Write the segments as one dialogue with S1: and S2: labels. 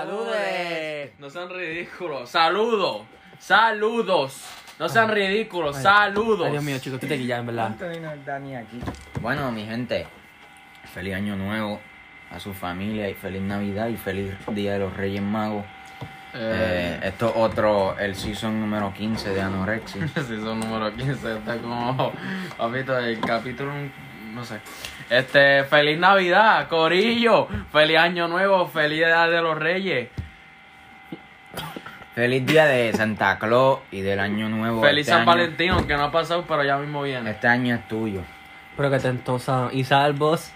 S1: ¡Saludes!
S2: No sean ridículos. Saludo. Saludos. No sean ridículos.
S3: Ay,
S2: Saludos.
S3: Ay, Dios mío, chicos, estoy tequillado, en verdad.
S4: ¿Cuánto vino el Dani aquí?
S1: Bueno, mi gente, feliz año nuevo a su familia y feliz Navidad y feliz Día de los Reyes Magos. Eh,
S2: Eh,
S1: esto es otro, el season número 15 de Anorexia.
S2: sí, son número 15. Está como. Papito, el capítulo. No sé. Este, feliz Navidad, Corillo. Feliz Año Nuevo. Feliz Edad de los Reyes.
S1: Este feliz Día de Santa Claus y del Año Nuevo.
S2: feliz
S1: Este
S2: San
S1: año-
S2: Valentín, aunque no ha pasado, pero ya mismo viene.
S1: Este año es tuyo.
S3: Espero que estén todos sanos y salvos.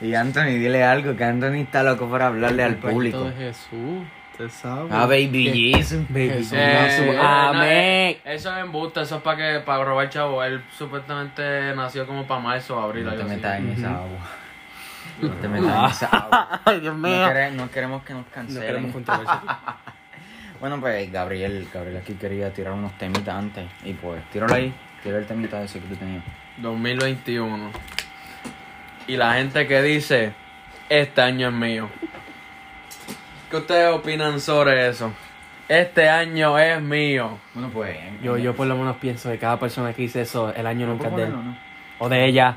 S1: Y Anthony, dile algo, que Anthony está loco por hablarle al público.
S5: Jesús, te sabe.
S1: Ah, Baby Jesus.
S3: Baby,
S1: Este
S5: Jesús.
S2: Eh,
S3: Jesús. Amén.
S2: no, eh, Eso es embuste, eso es para que para robar chavo. Él supuestamente nació como para marzo o abril.
S1: No te
S2: algo así.
S1: metas en esa agua. No te metas en esa agua.
S2: eh,
S3: Ay, Dios
S1: No,
S3: mío.
S1: quere- no queremos que nos
S5: No
S1: cancelen.
S5: queremos controversia.
S1: Bueno, pues Gabriel, Gabriel aquí quería tirar unos temitas antes. Y pues, tíralo ahí, tira el temita ese que tú tenías.
S2: 2021. Y la gente que dice, este año es mío. ¿Qué ustedes opinan sobre eso? Este año es mío.
S1: Bueno, pues.
S3: Yo, yo por lo menos pienso que cada persona que dice eso, el año nunca es de él. O de ella.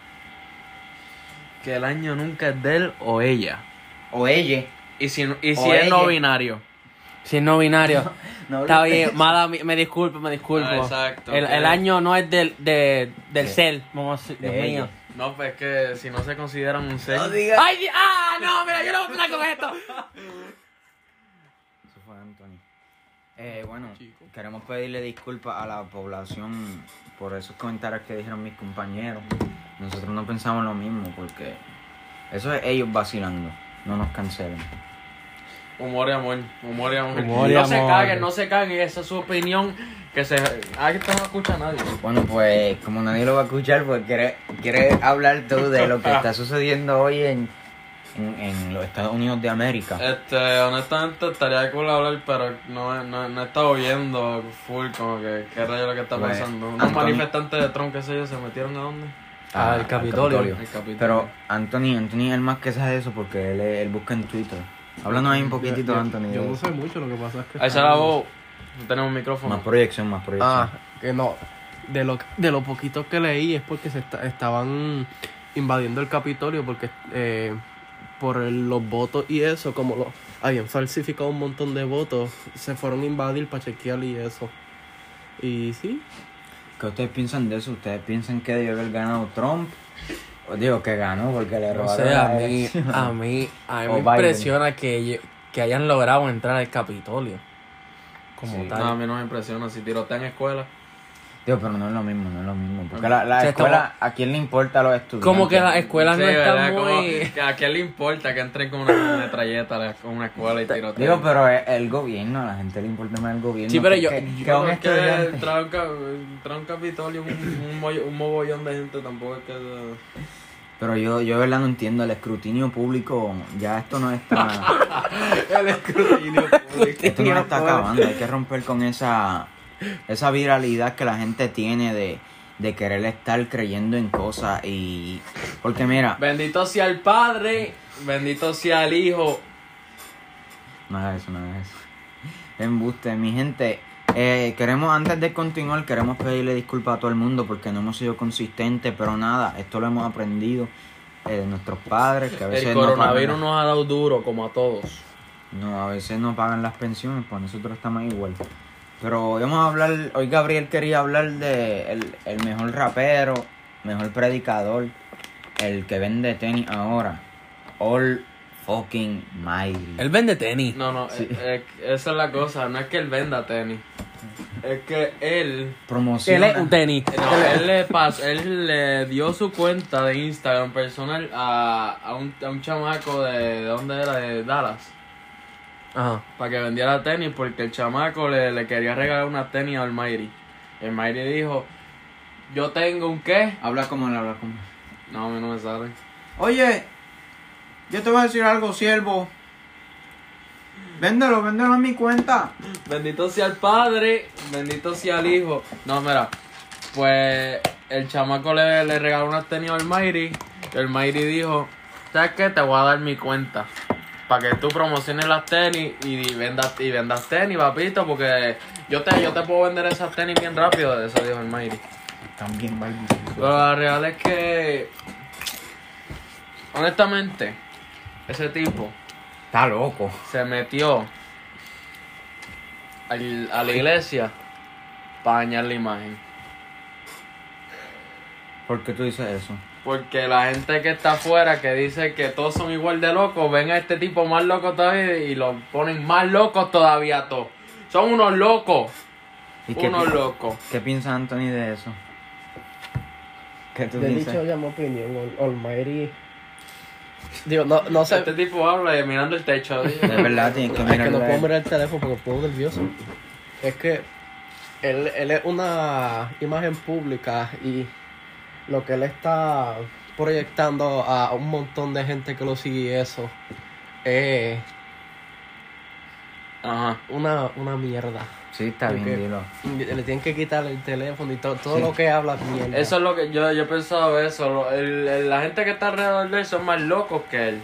S2: Que el año nunca es de él o ella.
S1: O ella.
S2: Y si, no- y
S1: O
S2: si es
S1: ella.
S2: no binario.
S3: Si es no binario.
S1: No,
S3: Está
S1: hables.
S3: bien, mala, mi- me disculpo, me disculpo.
S2: Ah, exacto.
S3: El, el año no es del, de- del
S1: Sí.
S3: ser, vamos a decir,
S1: De
S3: Dios
S1: ella.
S3: mío.
S2: No, pues es que si no se consideran un ser.
S1: No digas.
S3: ¡Ay, di- ah, no! Mira, yo no voy a con esto.
S1: Eso fue Anthony. Eh, bueno, queremos pedirle disculpas a la población por esos comentarios que dijeron mis compañeros. Nosotros no pensamos lo mismo porque eso es ellos vacilando. No nos cancelen.
S2: Humor y amor, humor y amor.
S3: Humor y
S2: no se
S3: amor.
S2: caguen, no se caguen, esa es su opinión. Que se. Aquí esto no escucha a nadie.
S1: Bueno, pues como nadie lo va a escuchar, pues quiere, quiere hablar tú de lo que está sucediendo hoy en, en, en los Estados Unidos de América.
S3: Eh,
S2: Este, honestamente estaría cool hablar, pero no, no, no he estado viendo full como que qué rayo es lo que está
S1: Pues,
S2: pasando. Unos
S1: Antonio-
S2: manifestantes de Trump, qué sé yo, se metieron a dónde.
S1: Ah,
S3: al Capitolio.
S2: Al Capitolio.
S1: Pero Anthony, Anthony es el más que sabe eso porque él, él busca en Twitter. Háblanos ahí un poquitito,
S5: Yo-
S1: Anthony.
S5: Yo
S1: de
S5: no
S1: eso.
S5: sé mucho, lo que pasa es que.
S2: Ahí se la voz. No tenemos micrófono.
S1: Más proyección, más proyección.
S5: Ah, que no. De lo, de lo poquito que leí es porque se esta- estaban invadiendo el Capitolio porque eh, por el- los votos y eso, como lo, habían falsificado un montón de votos, se fueron a invadir para chequear y eso. Y sí,
S1: ¿Qué ustedes piensan de eso? ¿Ustedes piensan que debió haber ganado Trump? O digo que ganó porque le
S3: No
S1: robaron.
S3: sé, a
S1: la
S3: mí,
S1: elección.
S3: a mí, a mí
S1: O
S3: me
S1: Biden.
S3: impresiona que, ellos- que hayan logrado entrar al Capitolio. Como
S1: Sí.
S3: tal.
S2: No, a mí no me impresiona si tirotean escuelas.
S1: Digo, pero no es lo mismo, no es lo mismo. Porque la, la
S3: Se
S1: escuela, ¿a quién le importa a los estudiantes?
S3: Como que las
S1: Pues
S3: escuelas no
S2: Sí, ¿verdad?
S3: están
S2: Como
S3: muy.
S2: que ¿A quién le importa que entren con una metralleta a la- con una escuela y tiroteen?
S1: Digo, pero es el gobierno, a la gente le importa más el gobierno.
S3: Sí, pero
S1: que-
S3: yo-
S1: Que,
S3: yo
S1: que a un
S2: Bueno, es que
S1: estudiante.
S2: entrar a un, ca- entrar a un Capitolio, un, un, moll- un mogollón de gente tampoco es que. eh,
S1: Pero yo, yo de verdad no entiendo el escrutinio público. Ya esto no está.
S2: El escrutinio público.
S1: esto no está acabando. Hay que romper con esa, esa viralidad que la gente tiene de, de querer estar creyendo en cosas. y Porque mira.
S2: Bendito sea el Padre, bendito sea el Hijo.
S1: No hagas eso, no hagas eso. Embuste, mi gente. eh, queremos, antes de continuar, queremos pedirle disculpas a todo el mundo porque no hemos sido consistentes, pero nada, esto lo hemos aprendido eh, de nuestros padres, que a veces
S2: El
S1: no pagan-
S2: coronavirus nos ha dado duro, como a todos.
S1: no, a veces no pagan las pensiones, pues nosotros estamos igual. Pero hoy vamos a hablar, hoy Gabriel quería hablar de el, el mejor rapero, mejor predicador, el que vende tenis ahora. All fucking mighty.
S3: Él vende tenis.
S2: No, no,
S1: Sí.
S2: eh, eh, esa es la cosa. No es que él venda tenis. Es que él.
S3: Él
S1: Promociona.
S3: es un tenis.
S2: No, él, le pas- él le dio su cuenta de Instagram personal a, a, un, a un chamaco de, de dónde era, de Dallas,
S3: Ajá.
S2: para que vendiera tenis porque el chamaco le, le quería regalar una tenis al Mayri. El Mayri dijo, yo tengo un qué.
S1: Habla como él, habla como él.
S2: No, a mí no me sale.
S1: Oye, yo te voy a decir algo, siervo. Véndelo, véndelo a mi cuenta.
S2: Bendito sea el Padre, bendito sea el Hijo. No, mira, pues el chamaco le, le regaló unas tenis al Mayri. El Mayri dijo, ¿sabes qué? Te voy a dar mi cuenta. para que tú promociones las tenis y vendas y vendas tenis, papito, porque yo te, yo te puedo vender esas tenis bien rápido, eso dijo el Mayri.
S1: También va el
S2: Pero la realidad es que, honestamente, ese tipo
S1: Está loco.
S2: se metió al- a la iglesia para dañar la imagen.
S1: ¿Por qué tú dices eso?
S2: Porque la gente que está afuera que dice que todos son igual de locos, ven a este tipo más loco todavía y lo ponen más locos todavía a todos. Son unos locos,
S1: ¿Y qué,
S2: unos
S1: pi-
S2: locos.
S1: qué piensa Anthony de eso? ¿Qué tú
S5: De dicho
S1: dices?
S5: llamo opinión, Ol- Almighty. Digo, no, no sé.
S2: Este tipo habla y mirando el techo.
S1: De verdad, tienes que
S5: Es que
S1: mirarlo.
S5: no
S1: a
S5: puedo
S1: él.
S5: mirar el teléfono porque me pongo nervioso. Es que él, él es una imagen pública y lo que él está proyectando a un montón de gente que lo sigue y eso es
S2: Ajá.
S5: una, una mierda.
S1: Sí, está bien,
S5: Ok.
S1: dilo.
S5: Le tienen que quitar el teléfono y to- todo lo que habla es mierda.
S2: Eso es lo que yo, yo he pensado eso. lo- el- el- la gente que está alrededor de él son más locos que él.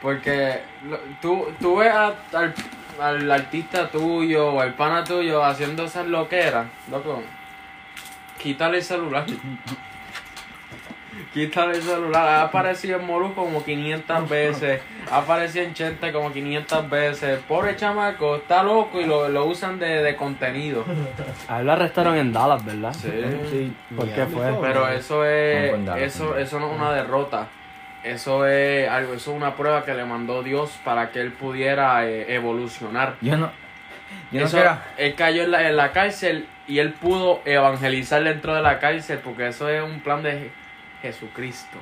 S2: Porque lo- tú, tú ves a- al, al artista tuyo o al pana tuyo haciendo esas loqueras, loco. Quítale el celular. Quítale el celular. Ha aparecido en Molusco como 500 veces. Ha aparecido en Chente como 500 veces. Pobre chamaco, está loco y lo, lo usan de, de contenido.
S3: A él lo arrestaron en Dallas, ¿verdad?
S1: Sí.
S3: ¿Por qué
S4: Oh,
S3: fue?
S2: Pero eso
S1: Vamos
S2: es.
S1: con Dallas,
S2: Eso,
S1: entonces.
S2: eso no es una derrota. Eso es algo, eso es una prueba que le mandó Dios para que él pudiera eh, evolucionar.
S1: Yo no. Yo no
S2: Eso-
S1: quiero.
S2: él cayó en la, en la cárcel y él pudo evangelizar dentro de la cárcel porque eso es un plan de Je- Jesucristo.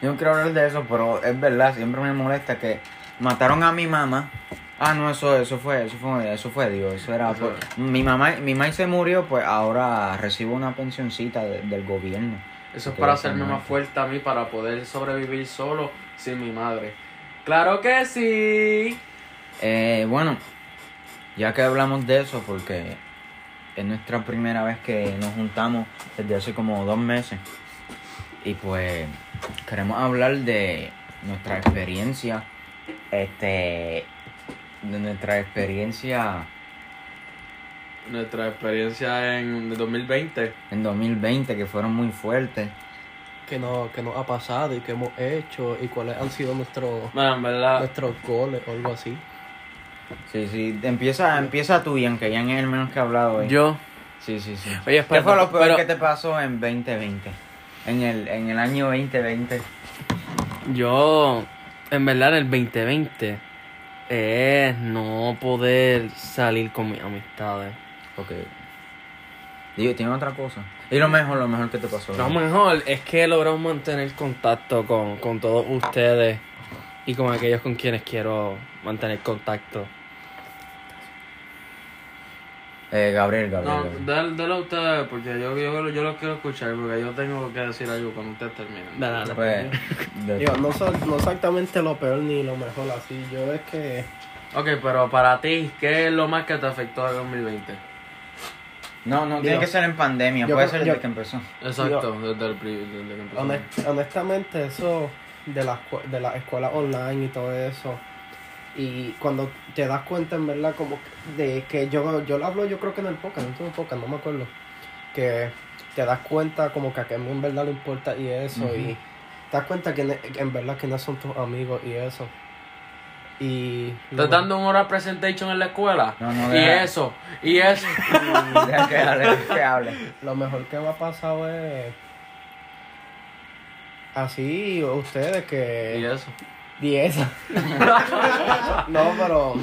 S1: Yo no quiero hablar de eso, pero es verdad, siempre me molesta que mataron a mi mamá. Ah, no, eso, eso fue, eso fue, eso fue Dios, eso era
S2: Eso
S1: por- mi mamá, mi mamá se murió, pues ahora recibo una pensioncita de- del gobierno.
S2: Eso es
S1: Qué
S2: para hacerme
S1: bueno.
S2: más fuerte a mí para poder sobrevivir solo sin mi madre. ¡Claro que sí!
S1: Eh, bueno, ya que hablamos de eso, porque es nuestra primera vez que nos juntamos desde hace como dos meses. Y pues queremos hablar de nuestra experiencia, este, de nuestra experiencia
S2: Nuestra experiencia en 2020.
S1: en 2020 que fueron muy fuertes.
S5: Que, no, que nos ha pasado y que hemos hecho y cuáles han sido nuestros,
S2: Bueno, en verdad,
S5: nuestros goles o algo así.
S1: Sí, sí, empieza, empieza tú, Ian, que Ian es el menos que ha hablado hoy.
S3: Yo.
S1: Sí, sí, sí.
S3: Oye,
S1: ¿Qué
S3: espera,
S1: fue lo peor
S3: pero-
S1: que te pasó en 2020? En el, en el año 2020.
S3: Yo, en verdad, el 2020 es no poder salir con mis amistades.
S1: Ok. Digo, tiene otra cosa. Y lo mejor, lo mejor que te pasó.
S3: Lo mejor es que logramos mantener contacto con, con todos ustedes y con aquellos con quienes quiero mantener contacto.
S1: Eh, Gabriel, Gabriel.
S2: No,
S1: Gabriel.
S2: dale, dale a ustedes, porque yo, yo, yo los quiero escuchar, porque yo tengo que decir algo cuando ustedes terminen.
S3: Dale, dale.
S1: Pues, de-
S5: Digo, no, so- no exactamente lo peor ni lo mejor así. Yo es que
S2: Ok, pero para ti, ¿qué es lo más que te afectó del 2020?
S1: no, no,
S5: Digo,
S1: tiene que ser en pandemia.
S5: yo
S1: Puede
S5: creo-
S1: ser
S5: yo-
S1: desde que empezó.
S2: Exacto, desde, el, pri- desde que empezó.
S5: honest- honestamente eso de las cue- de las escuelas online y todo eso. Y cuando te das cuenta en verdad como que- de que yo yo lo hablo yo creo que en el podcast, no tuve podcast, no me acuerdo. Que te das cuenta como que a qué en verdad le importa y eso
S1: Ujú.
S5: y te das cuenta que en, en verdad quiénes son tus amigos y eso. Y
S2: ¿Estás dando un oral presentation en la escuela?
S1: No, no,
S2: y
S1: deja.
S2: eso, y eso.
S1: Deja que hable, deja que hable.
S5: Lo mejor que me ha pasado es. Así, ustedes
S2: y
S5: que.
S2: eso.
S5: 10. no, pero.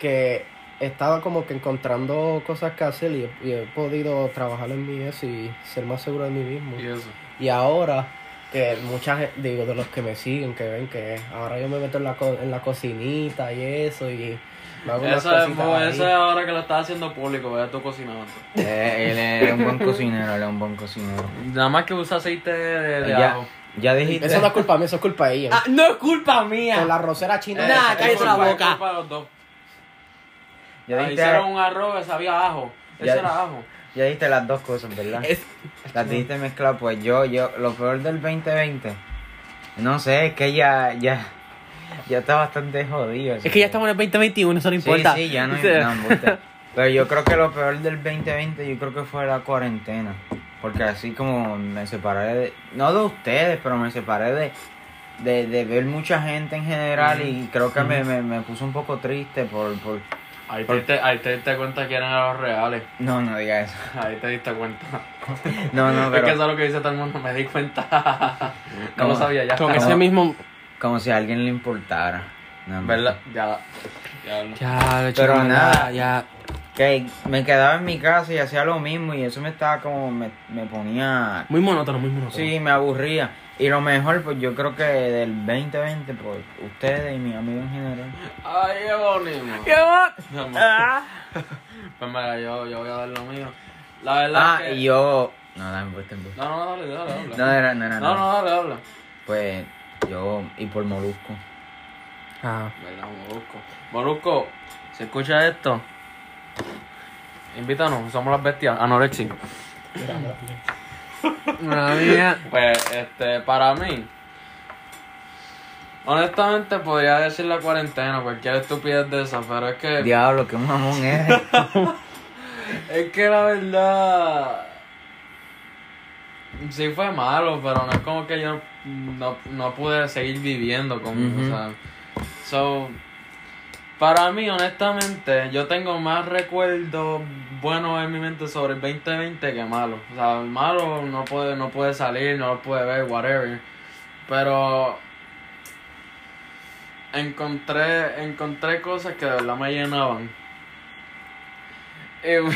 S5: Que he estado como que encontrando cosas que hacer y he, y he podido trabajar en mí eso y ser más seguro de mí mismo.
S2: Y eso.
S5: Y ahora, que muchas, gen- digo, de los que me siguen, que ven que ahora yo me meto en la, co- en la cocinita y eso y. Me hago unas
S2: Eso es,
S5: cositas
S2: mo-
S5: ahí.
S2: eso es ahora que lo estás haciendo público, vaya tú cocinando.
S1: Eh, él es un buen cocinero, él es un buen cocinero.
S2: Nada más que usa aceite de, de
S1: Ya,
S2: ajo.
S1: ya dijiste.
S5: Eso no es culpa mía, eso Ah, es culpa de ella.
S4: Ah,
S3: no es culpa
S5: Con
S3: mía.
S5: la rosera china.
S2: Eh,
S3: Nah,
S2: es
S3: cállate la
S2: culpa- es
S3: boca.
S2: culpa de los dos.
S1: ya,
S2: Ah,
S1: dijiste
S2: Hicieron un arroz, sabía ajo. Eso
S1: Ya-
S2: era ajo.
S1: ya dijiste las dos cosas, ¿verdad?
S3: Es-
S1: Las dijiste mezcladas. Pues yo, yo, lo peor del 2020. No sé, es que ya, ya. ya está bastante jodido.
S4: Es que ya estamos en el 2021, eso no importa.
S1: Sí, sí, ya no hay
S4: O sea,
S1: no, embuste. Pero yo creo que lo peor del 2020 yo creo que fue la cuarentena. Porque así como me separé de... No de ustedes, pero me separé de, de, de ver mucha gente en general y
S4: Mm,
S1: creo que me, me, me puso un poco triste por... por
S2: Ahí te, diste- ahí te diste cuenta que eran los reales.
S1: no, no diga eso.
S2: Ahí te diste cuenta.
S1: No, no,
S2: Es que eso
S1: pero
S2: es lo que dice todo el mundo. Me di cuenta. no
S1: ¿Cómo?
S2: lo sabía ya.
S5: Con
S1: Como-
S5: ese mismo.
S1: como si a alguien le importara. No,
S2: ¿Verdad? Ya. ya hablo.
S4: Ya,
S1: Pero
S4: chico,
S1: nada.
S4: Ya.
S1: Que me quedaba en mi casa y hacía lo mismo y eso me estaba como... Me, me ponía
S4: Muy monótono, muy monótono.
S1: Sí, me aburría. Y lo mejor, pues yo creo que del 2020, pues ustedes y mis amigos en general.
S2: Ay, qué bonito.
S4: ¿Qué va?
S2: No, no. Pues mira, yo, yo voy a dar lo mío. La verdad
S1: Ah,
S2: es que...
S1: y yo. No, dame pues tiempo.
S2: No, no, dale, dale, habla.
S1: No era, no era.
S2: no, no, dale, habla.
S1: Pues yo, y por molusco.
S4: Ah.
S2: Verdad, Molusco. Molusco, si escucha esto, invítanos, somos las bestias, anorexia.
S4: Madre mía.
S2: Pues, este, para mí, honestamente podría decir la cuarentena, cualquier estupidez de esa, pero es que...
S1: Diablo, qué mamón eres.
S2: Es que la verdad. Sí fue malo, pero no es como que yo no, no pude seguir viviendo con.
S1: Ujú.
S2: o sea, so, para mí, honestamente, yo tengo más recuerdos buenos en mi mente sobre el 2020 que malos. O sea, el malo no puede, no puede salir, no lo puede ver, whatever. Pero encontré, encontré cosas que de verdad me llenaban. Y-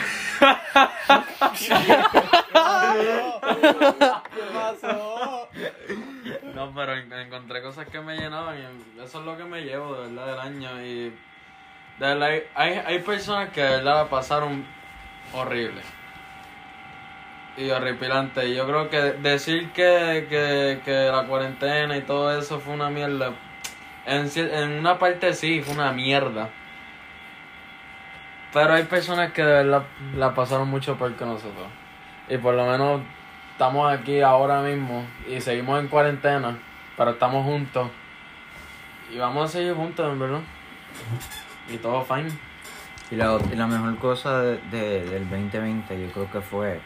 S2: No, pero en- encontré cosas que me llenaban y eso es lo que me llevo de verdad del año. Y de verdad, hay, hay, hay personas que de verdad la pasaron horrible y horripilante. Y yo creo que decir que, que, que la cuarentena y todo eso fue una mierda, en, cier- en una parte sí, fue una mierda. Pero hay personas que de verdad la pasaron mucho peor que nosotros. Y por lo menos estamos aquí ahora mismo y seguimos en cuarentena, pero estamos juntos. Y vamos a seguir juntos, en verdad. Y todo fine.
S1: Y la, y la mejor cosa de- de- del 2020, yo creo que fue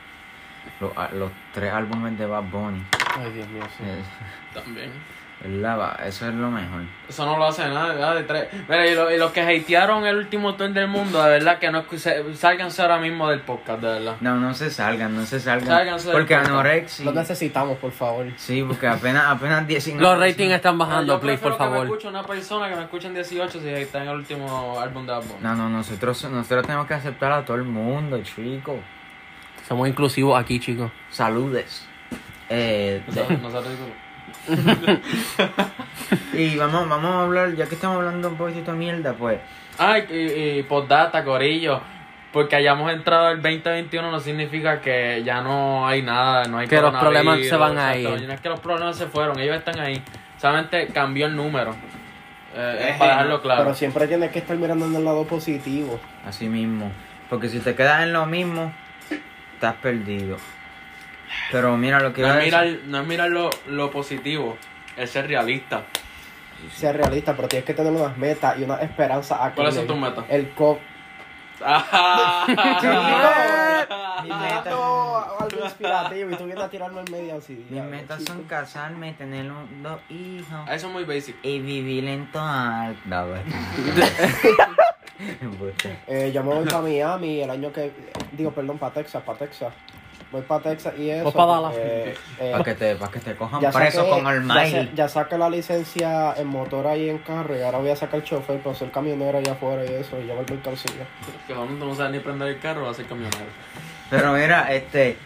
S1: los, a- los tres álbumes de Bad Bunny.
S5: Ay, Dios mío, sí.
S1: Es-
S2: También.
S1: ¿Verdad? va? Eso es lo mejor.
S2: Eso no lo hace nada, ¿verdad? De tres. Mira, y, lo- y los que hatearon el último tour del mundo, de verdad que no escuché, sálganse ahora mismo del podcast, de verdad.
S1: No, no se salgan, no se salgan.
S2: Sálganse del
S1: porque
S2: podcast.
S5: Lo
S1: anorexia.
S5: necesitamos, por favor.
S1: Sí, porque apenas, apenas 19.
S4: Los ratings están bajando,
S2: Yo
S4: please, por
S2: prefiero que
S4: favor.
S2: me escuche una persona que me escuchen 18 si está en el último álbum de álbum.
S1: No, no, nosotros, nosotros tenemos que aceptar a todo el mundo, chicos.
S4: Somos inclusivos aquí, chicos.
S1: Saludes. Eh,
S2: Nosotros, nosotros digo,
S1: y vamos, vamos a hablar, ya que estamos hablando un poquito de mierda, pues.
S2: Ay, y, y postdata, corillo. Porque hayamos entrado el 2021 no significa que ya no hay nada, no hay
S4: Que los problemas se van
S2: coronavirus,
S4: a
S2: exacto.
S4: ir.
S2: No es que los problemas se fueron, ellos están ahí. Solamente cambió el número. Eh,
S1: Ejé.
S2: para dejarlo claro.
S5: Pero siempre tienes que estar mirando en el lado positivo.
S1: Así mismo. Porque si te quedas en lo mismo, estás perdido. Pero Pues mira lo que
S2: no,
S1: iba a
S2: es
S1: decir.
S2: mirar, no es mirar lo, lo positivo, es ser realista.
S5: Sea realista, pero tienes que tener unas metas y una esperanza a que
S2: ¿Cuáles son
S5: llegue.
S2: tus metas?
S5: El co...
S1: Mis metas,
S5: algo inspirativo y tú vienes a tirarme en medio así.
S1: mis metas son casarme, tener un- dos hijos
S2: Eso es muy basic.
S1: y vivir en toda alta. Embuste.
S5: Eh, yo me voy para Miami el año que. Digo, perdón, para Texas, para Texas. Voy para Texas y eso.
S4: Pues pa' Dallas.
S5: eh, eh,
S1: Para que, te- pa' que te cojan
S5: ya
S1: preso
S5: saqué-
S1: con el
S5: ya, sa-
S1: mail.
S5: ya saqué la licencia en motora y en carro y ahora voy a sacar el chofer para ser camionero allá afuera y eso. Y llevar mercancía.
S2: Que vamos, no sabes ni prender el carro, va a ser camionero.
S1: Pero mira, este,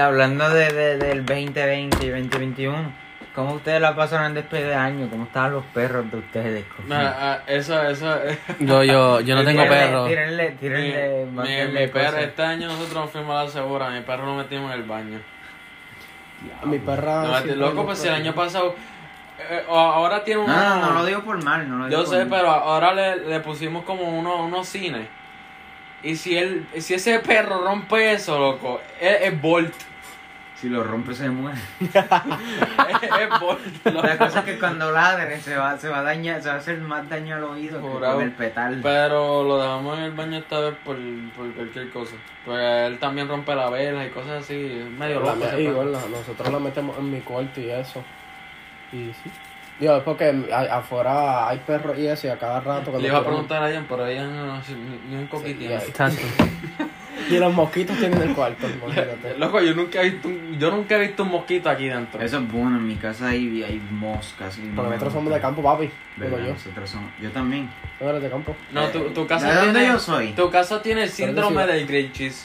S1: hablando de, de- del 2020 y 2021, ¿cómo ustedes la pasaron en despedir de año? ¿Cómo estaban los perros de ustedes?
S4: Hmm.
S2: No, ah, eso, eso.
S4: Yo, yo, yo no tengo
S1: Tírenle-
S4: perro.
S1: Tírenle, tírenle,
S2: Mi, mi,
S1: mantenle
S2: mi perro,
S1: cosas.
S2: este año nosotros nos fuimos a la segura, mi perro lo metimos en el baño.
S5: Mi perra.
S1: Ah,
S2: No,
S5: sí,
S2: este, loco,
S5: no,
S2: pues si
S5: pero-
S2: el año pasado. eh, o- ahora tiene
S1: No,
S2: un.
S1: no, no, no lo digo por mal, no lo digo
S2: Yo sé,
S1: por mal.
S2: pero ahora le, le pusimos como uno, unos cines. Y si él, si ese perro rompe eso, loco, es, es Bolt.
S1: Si
S2: Si
S1: lo rompe se muere.
S2: es por-
S1: La cosa es que cuando ladre se va, se va a dañar, se va a hacer más daño al oído que
S2: Jurado.
S1: con el petal.
S2: Pero lo dejamos en el baño esta vez por, por cualquier cosa. Porque él también rompe la vela y cosas así. Es medio
S5: La
S2: loco.
S5: me-
S2: ese
S5: igual,
S2: pana.
S5: la- nosotros la metemos en mi cuarto y eso. Y sí. Digo, es porque a- afuera hay perros y eso, y a cada rato. cuando
S2: Le iba a
S5: queremos-
S2: preguntar a Ian, pero ella no, ni, ni un coquitín.
S5: Sí,
S4: Exacto.
S5: Y los mosquitos tienen el cuarto, imagínate.
S2: Loco, yo nunca he visto un, yo nunca he visto un mosquito aquí dentro.
S1: Eso es bueno, en mi casa hay, hay moscas. y no
S5: Porque
S1: me
S5: nosotros
S1: gusta.
S5: somos de campo, papi. Digo
S1: ¿Verdad?
S5: yo.
S1: Nosotros somos- yo también.
S5: Tú eres de campo.
S2: No, tu, tu casa
S1: ¿De dónde
S2: tiene,
S1: yo soy?
S2: tu casa tiene el síndrome
S5: Pero
S2: del green cheese.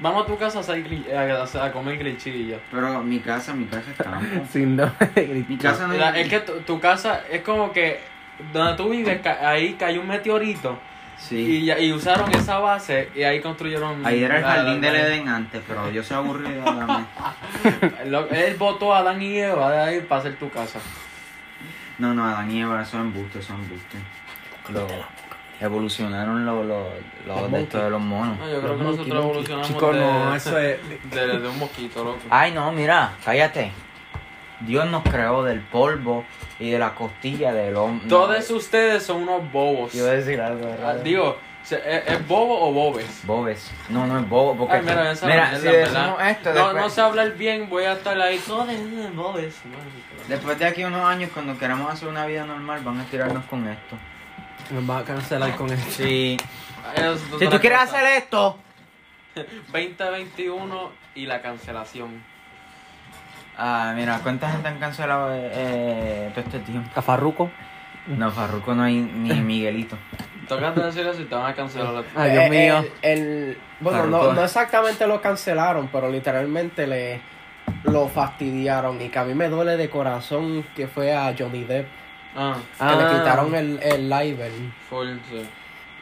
S2: Vamos a tu casa a, hacer green- a, a- a comer green cheese y ya.
S1: Pero mi casa, mi casa es campo.
S4: Síndrome de gripe.
S1: Mi casa no
S2: La- es que tu, tu casa es como que donde tú vives, ca- ahí cayó un meteorito
S1: Sí.
S2: y, ya- y usaron esa base y ahí construyeron.
S1: Ahí era el
S2: la- la-
S1: jardín del
S2: la-
S1: Edén antes, pero yo soy aburrido. dame.
S2: Lo- él votó a Adán y Eva de ahí para hacer tu casa.
S1: No, no, Adán y Eva, son embustes, son embustes. Lo- evolucionaron los lo, lo
S5: Los
S1: de esto de los monos.
S2: No, yo creo
S5: Los
S2: que
S5: monkey,
S2: nosotros
S5: monkey.
S2: evolucionamos
S4: Chicos,
S2: de,
S4: no, eso es.
S2: de- de un mosquito, loco.
S1: Ay, no, mira, cállate. Dios nos creó del polvo y de la costilla del hombre.
S2: Todos ustedes son unos bobos.
S1: Yo iba a decir algo.
S2: Ah,
S1: ¿verdad?
S2: Digo, se- ¿es, es bobo o bobes?
S1: Bobes. No, no es bobo. Porque,
S2: Ay, mira, esa mierda,
S1: si
S2: ¿verdad?
S1: decimos esto,
S2: no,
S1: después,
S2: no sé hablar bien, voy a estar ahí. Todos son bobes.
S1: después de aquí unos años, cuando queramos hacer una vida normal, van a tirarnos con esto.
S4: Nos va a cancelar con esto.
S1: Sí.
S2: Es
S1: Si
S2: otra
S1: tú quieres
S2: cosa.
S1: hacer esto.
S2: 2021 y la cancelación.
S1: Ah, mira, ¿cuánta gente han cancelado eh, eh, todo este tiempo?
S4: Cafarruco.
S1: No, Farruko no hay ni Miguelito.
S2: Toca decir eso y te van a cancelar.
S4: Ay, Dios
S5: Eh,
S4: mío. pues.
S5: El, el- bueno, no,
S1: Farruko.
S5: no exactamente lo cancelaron, pero literalmente le lo fastidiaron. Y que a mí me duele de corazón que fue a Johnny Depp.
S2: Ah,
S5: Que le
S4: Ah.
S5: quitaron el, el libel.
S2: full, sí.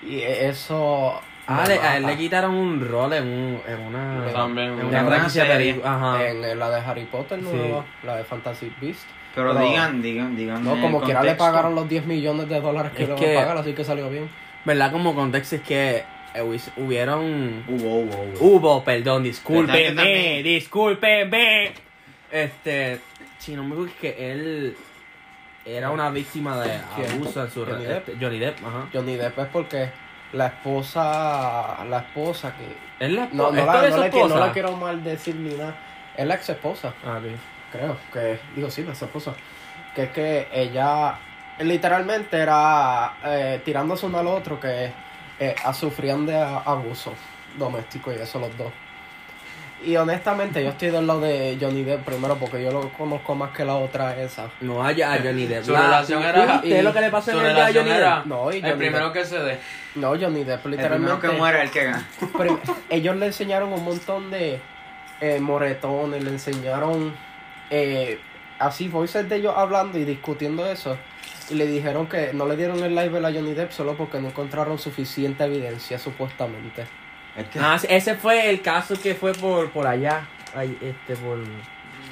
S5: Y e- eso.
S4: Ah,
S5: me
S4: le-
S5: mata.
S4: a él le quitaron un rol en, un, en una.
S2: También,
S4: en
S2: en
S4: una
S1: una
S4: franquicia
S1: serie.
S4: película. Ajá.
S5: En, en la de Harry Potter nueva, la de Fantasy Beast.
S1: Pero,
S5: Pero-
S1: digan, digan, digan.
S5: No,
S1: el
S5: como quiera le
S1: contexto.
S5: pagaron los 10 millones de dólares que
S4: Es
S5: le van
S4: que-
S5: a pagar, así que salió bien.
S4: ¿Verdad? Como contexto es que eh, huis- hubieron.
S1: Hubo, hubo, hubo.
S2: Uh,
S4: Hubo, perdón,
S1: Pero también-
S4: discúlpenme, discúlpenme. Este, si no me equivoco, es que él era una víctima de
S5: ¿Quién?
S4: abuso en su
S5: Johnny
S4: re-
S5: Depp.
S4: este, Johnny Depp, ajá.
S5: Johnny Depp es porque la esposa, la esposa que...
S4: Él la
S5: No,
S4: espo-
S5: no,
S4: esto
S5: la,
S4: de
S5: no,
S4: su
S5: le, qui- no
S4: esposa.
S5: la quiero mal decir ni nada. Es la ex esposa,
S4: Ah, ok.
S5: creo que... Digo, sí, la ex esposa. Que es que ella literalmente era eh, tirándose uno al otro que eh, a- sufrían de a- abuso doméstico y eso los dos. Y honestamente yo estoy del lado de Johnny Depp primero porque yo lo conozco más que la otra esa.
S4: No haya a Johnny Depp.
S2: Su
S4: La-
S2: relación era-
S4: ¿Viste lo que le pasó
S2: Su
S4: en el día a
S2: relación
S4: Johnny
S2: era
S4: Depp?
S5: No, y Johnny
S2: el primero
S5: Depp.
S2: que se dé.
S5: No, Johnny Depp
S1: El primero
S5: literalmente...
S1: que muera, el que gana.
S5: Pero ellos le enseñaron un montón de eh, moretones, le enseñaron eh, así voices de ellos hablando y discutiendo eso. Y le dijeron que no le dieron el live a Johnny Depp solo porque no encontraron suficiente evidencia, supuestamente.
S1: Es que
S4: Ah, ese fue el caso que fue por, por allá. Ay, este, por.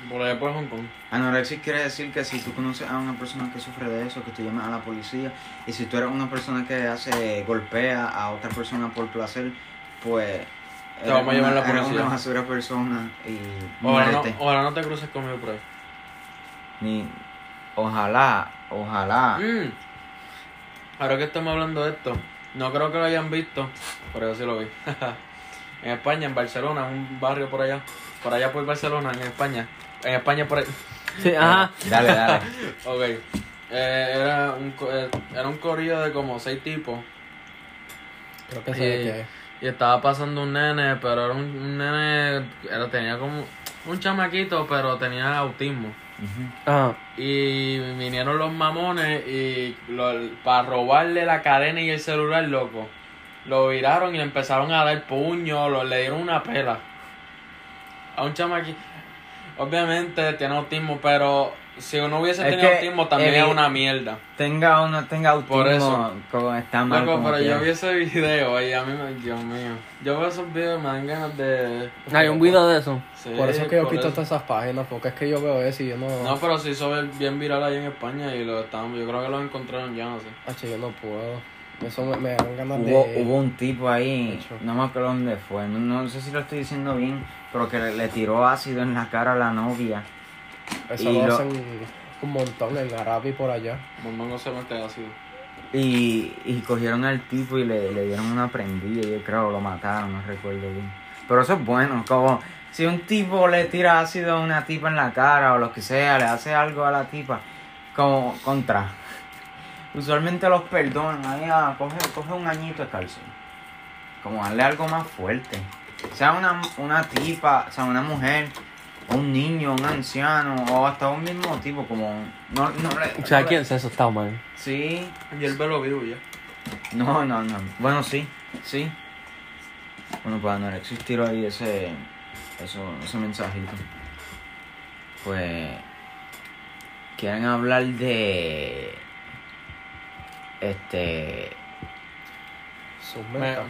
S2: Por ahí por Hong Kong.
S1: anorexia quiere decir que si tú conoces a una persona que sufre de eso, que tú llamas a la policía, y si tú eres una persona que hace, golpea a otra persona por placer, pues... eres
S2: vamos a llamar
S1: una-
S2: a la
S1: eres
S2: policía.
S1: una basura persona y
S2: Ahora no,
S1: muérete.
S2: ahora no te cruces conmigo por ahí.
S1: Ni, ojalá, ojalá.
S2: Mm. Ahora que estamos hablando de esto, no creo que lo hayan visto, pero yo sí lo vi. en España, en Barcelona, en un barrio por allá. Por allá por Barcelona, en España. En España por ahí.
S4: Sí, ajá.
S1: Dale, dale.
S2: Ok. Eh, era, un, co- eh, era un corrido de como seis tipos.
S5: Creo que
S2: Sí.
S5: sé de qué es.
S2: Y estaba pasando un nene, pero era un, un nene. Era, tenía como. Un chamaquito, pero tenía autismo.
S4: Ajá.
S3: Ah,
S2: Y vinieron los mamones y para robarle la cadena y el celular, loco. Lo viraron y le empezaron a dar puño, lo, le dieron una pela. A un chamaquito. Obviamente tiene autismo, pero si uno hubiese
S1: Es
S2: tenido
S1: que,
S2: autismo también
S1: eh,
S2: es una mierda.
S1: Tenga o no tenga autismo,
S2: Por eso.
S1: como está mal.
S2: Loco,
S1: como
S2: pero yo
S1: quiera.
S2: vi ese video y a mí me... Dios mío. Yo veo esos videos y me dan ganas de...
S4: Hay un video de eso.
S2: Sí,
S5: Por eso es que yo
S2: por
S5: quito
S2: eso.
S5: todas esas páginas, porque es que yo veo eso y yo no...
S2: No, pero se hizo bien viral ahí en España y lo estaban... Yo creo que lo encontraron ya, no sé.
S5: Hacho, yo no puedo. Eso me, me dan ganas
S1: Hubo,
S5: de...
S1: hubo un tipo ahí,
S5: hecho.
S1: no me acuerdo dónde fue, no, no sé si lo estoy diciendo bien, pero que le, le tiró ácido en la cara a la novia.
S5: Eso
S1: Y
S5: lo
S1: lo-
S5: hacen un montón en Arabi por allá.
S2: Mondongo se mete ácido.
S1: Y, y cogieron al tipo y le, le dieron una prendida, yo creo, lo mataron, no recuerdo bien. Pero eso es bueno, como si un tipo le tira ácido a una tipa en la cara o lo que sea, le hace algo a la tipa, como contra. Usualmente los perdonan, ahí ah, coge, coge un añito de cárcel. Como darle algo más fuerte. Sea una, una tipa, sea una mujer, o un niño, un anciano, o hasta un mismo tipo, como... No, no le-
S3: O sea,
S1: no le-
S3: ¿quién se eso está mal?
S1: Sí,
S2: Y el velo vivo ya.
S1: no, no, no. Bueno, sí, sí. Bueno, para no existir ahí ese, eso, ese mensajito. Pues, quieren hablar de, este,
S5: Sus
S2: Me-
S5: metas.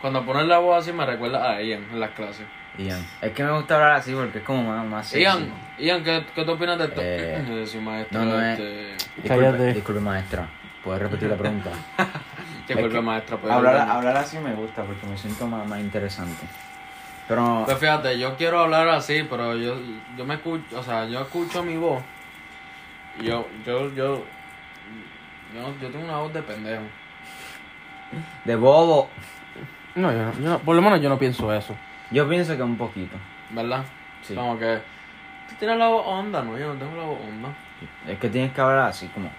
S2: Cuando pones la voz así me recuerda a Ian en las clases.
S1: Ian. Es que me gusta hablar así porque es como más, más sexy.
S2: Ian, Ian, ¿qué, qué te opinas de esto?
S1: Eh,
S2: Yo soy maestro.
S1: no, no es-
S2: este,
S1: Disculpe,
S3: Cállate.
S1: disculpe, maestra. ¿Puedes repetir la pregunta?
S2: Te
S1: Es
S2: vuelve
S1: que
S2: maestra. pues,
S1: hablar,
S2: bueno.
S1: hablar así me gusta porque me siento más, más interesante. Pero,
S2: Pues fíjate, yo quiero hablar así, pero yo, yo me escucho, o sea, yo escucho mi voz. y Yo, yo, yo, yo, yo tengo una voz de pendejo.
S1: de bobo,
S3: No, yo no, yo no- por lo menos yo no pienso eso.
S1: yo pienso que un poquito.
S2: ¿Verdad?
S1: Sí.
S2: Como que. Tú tienes la voz onda, ¿no? Yo no tengo la voz onda.
S1: Es que tienes que hablar así como,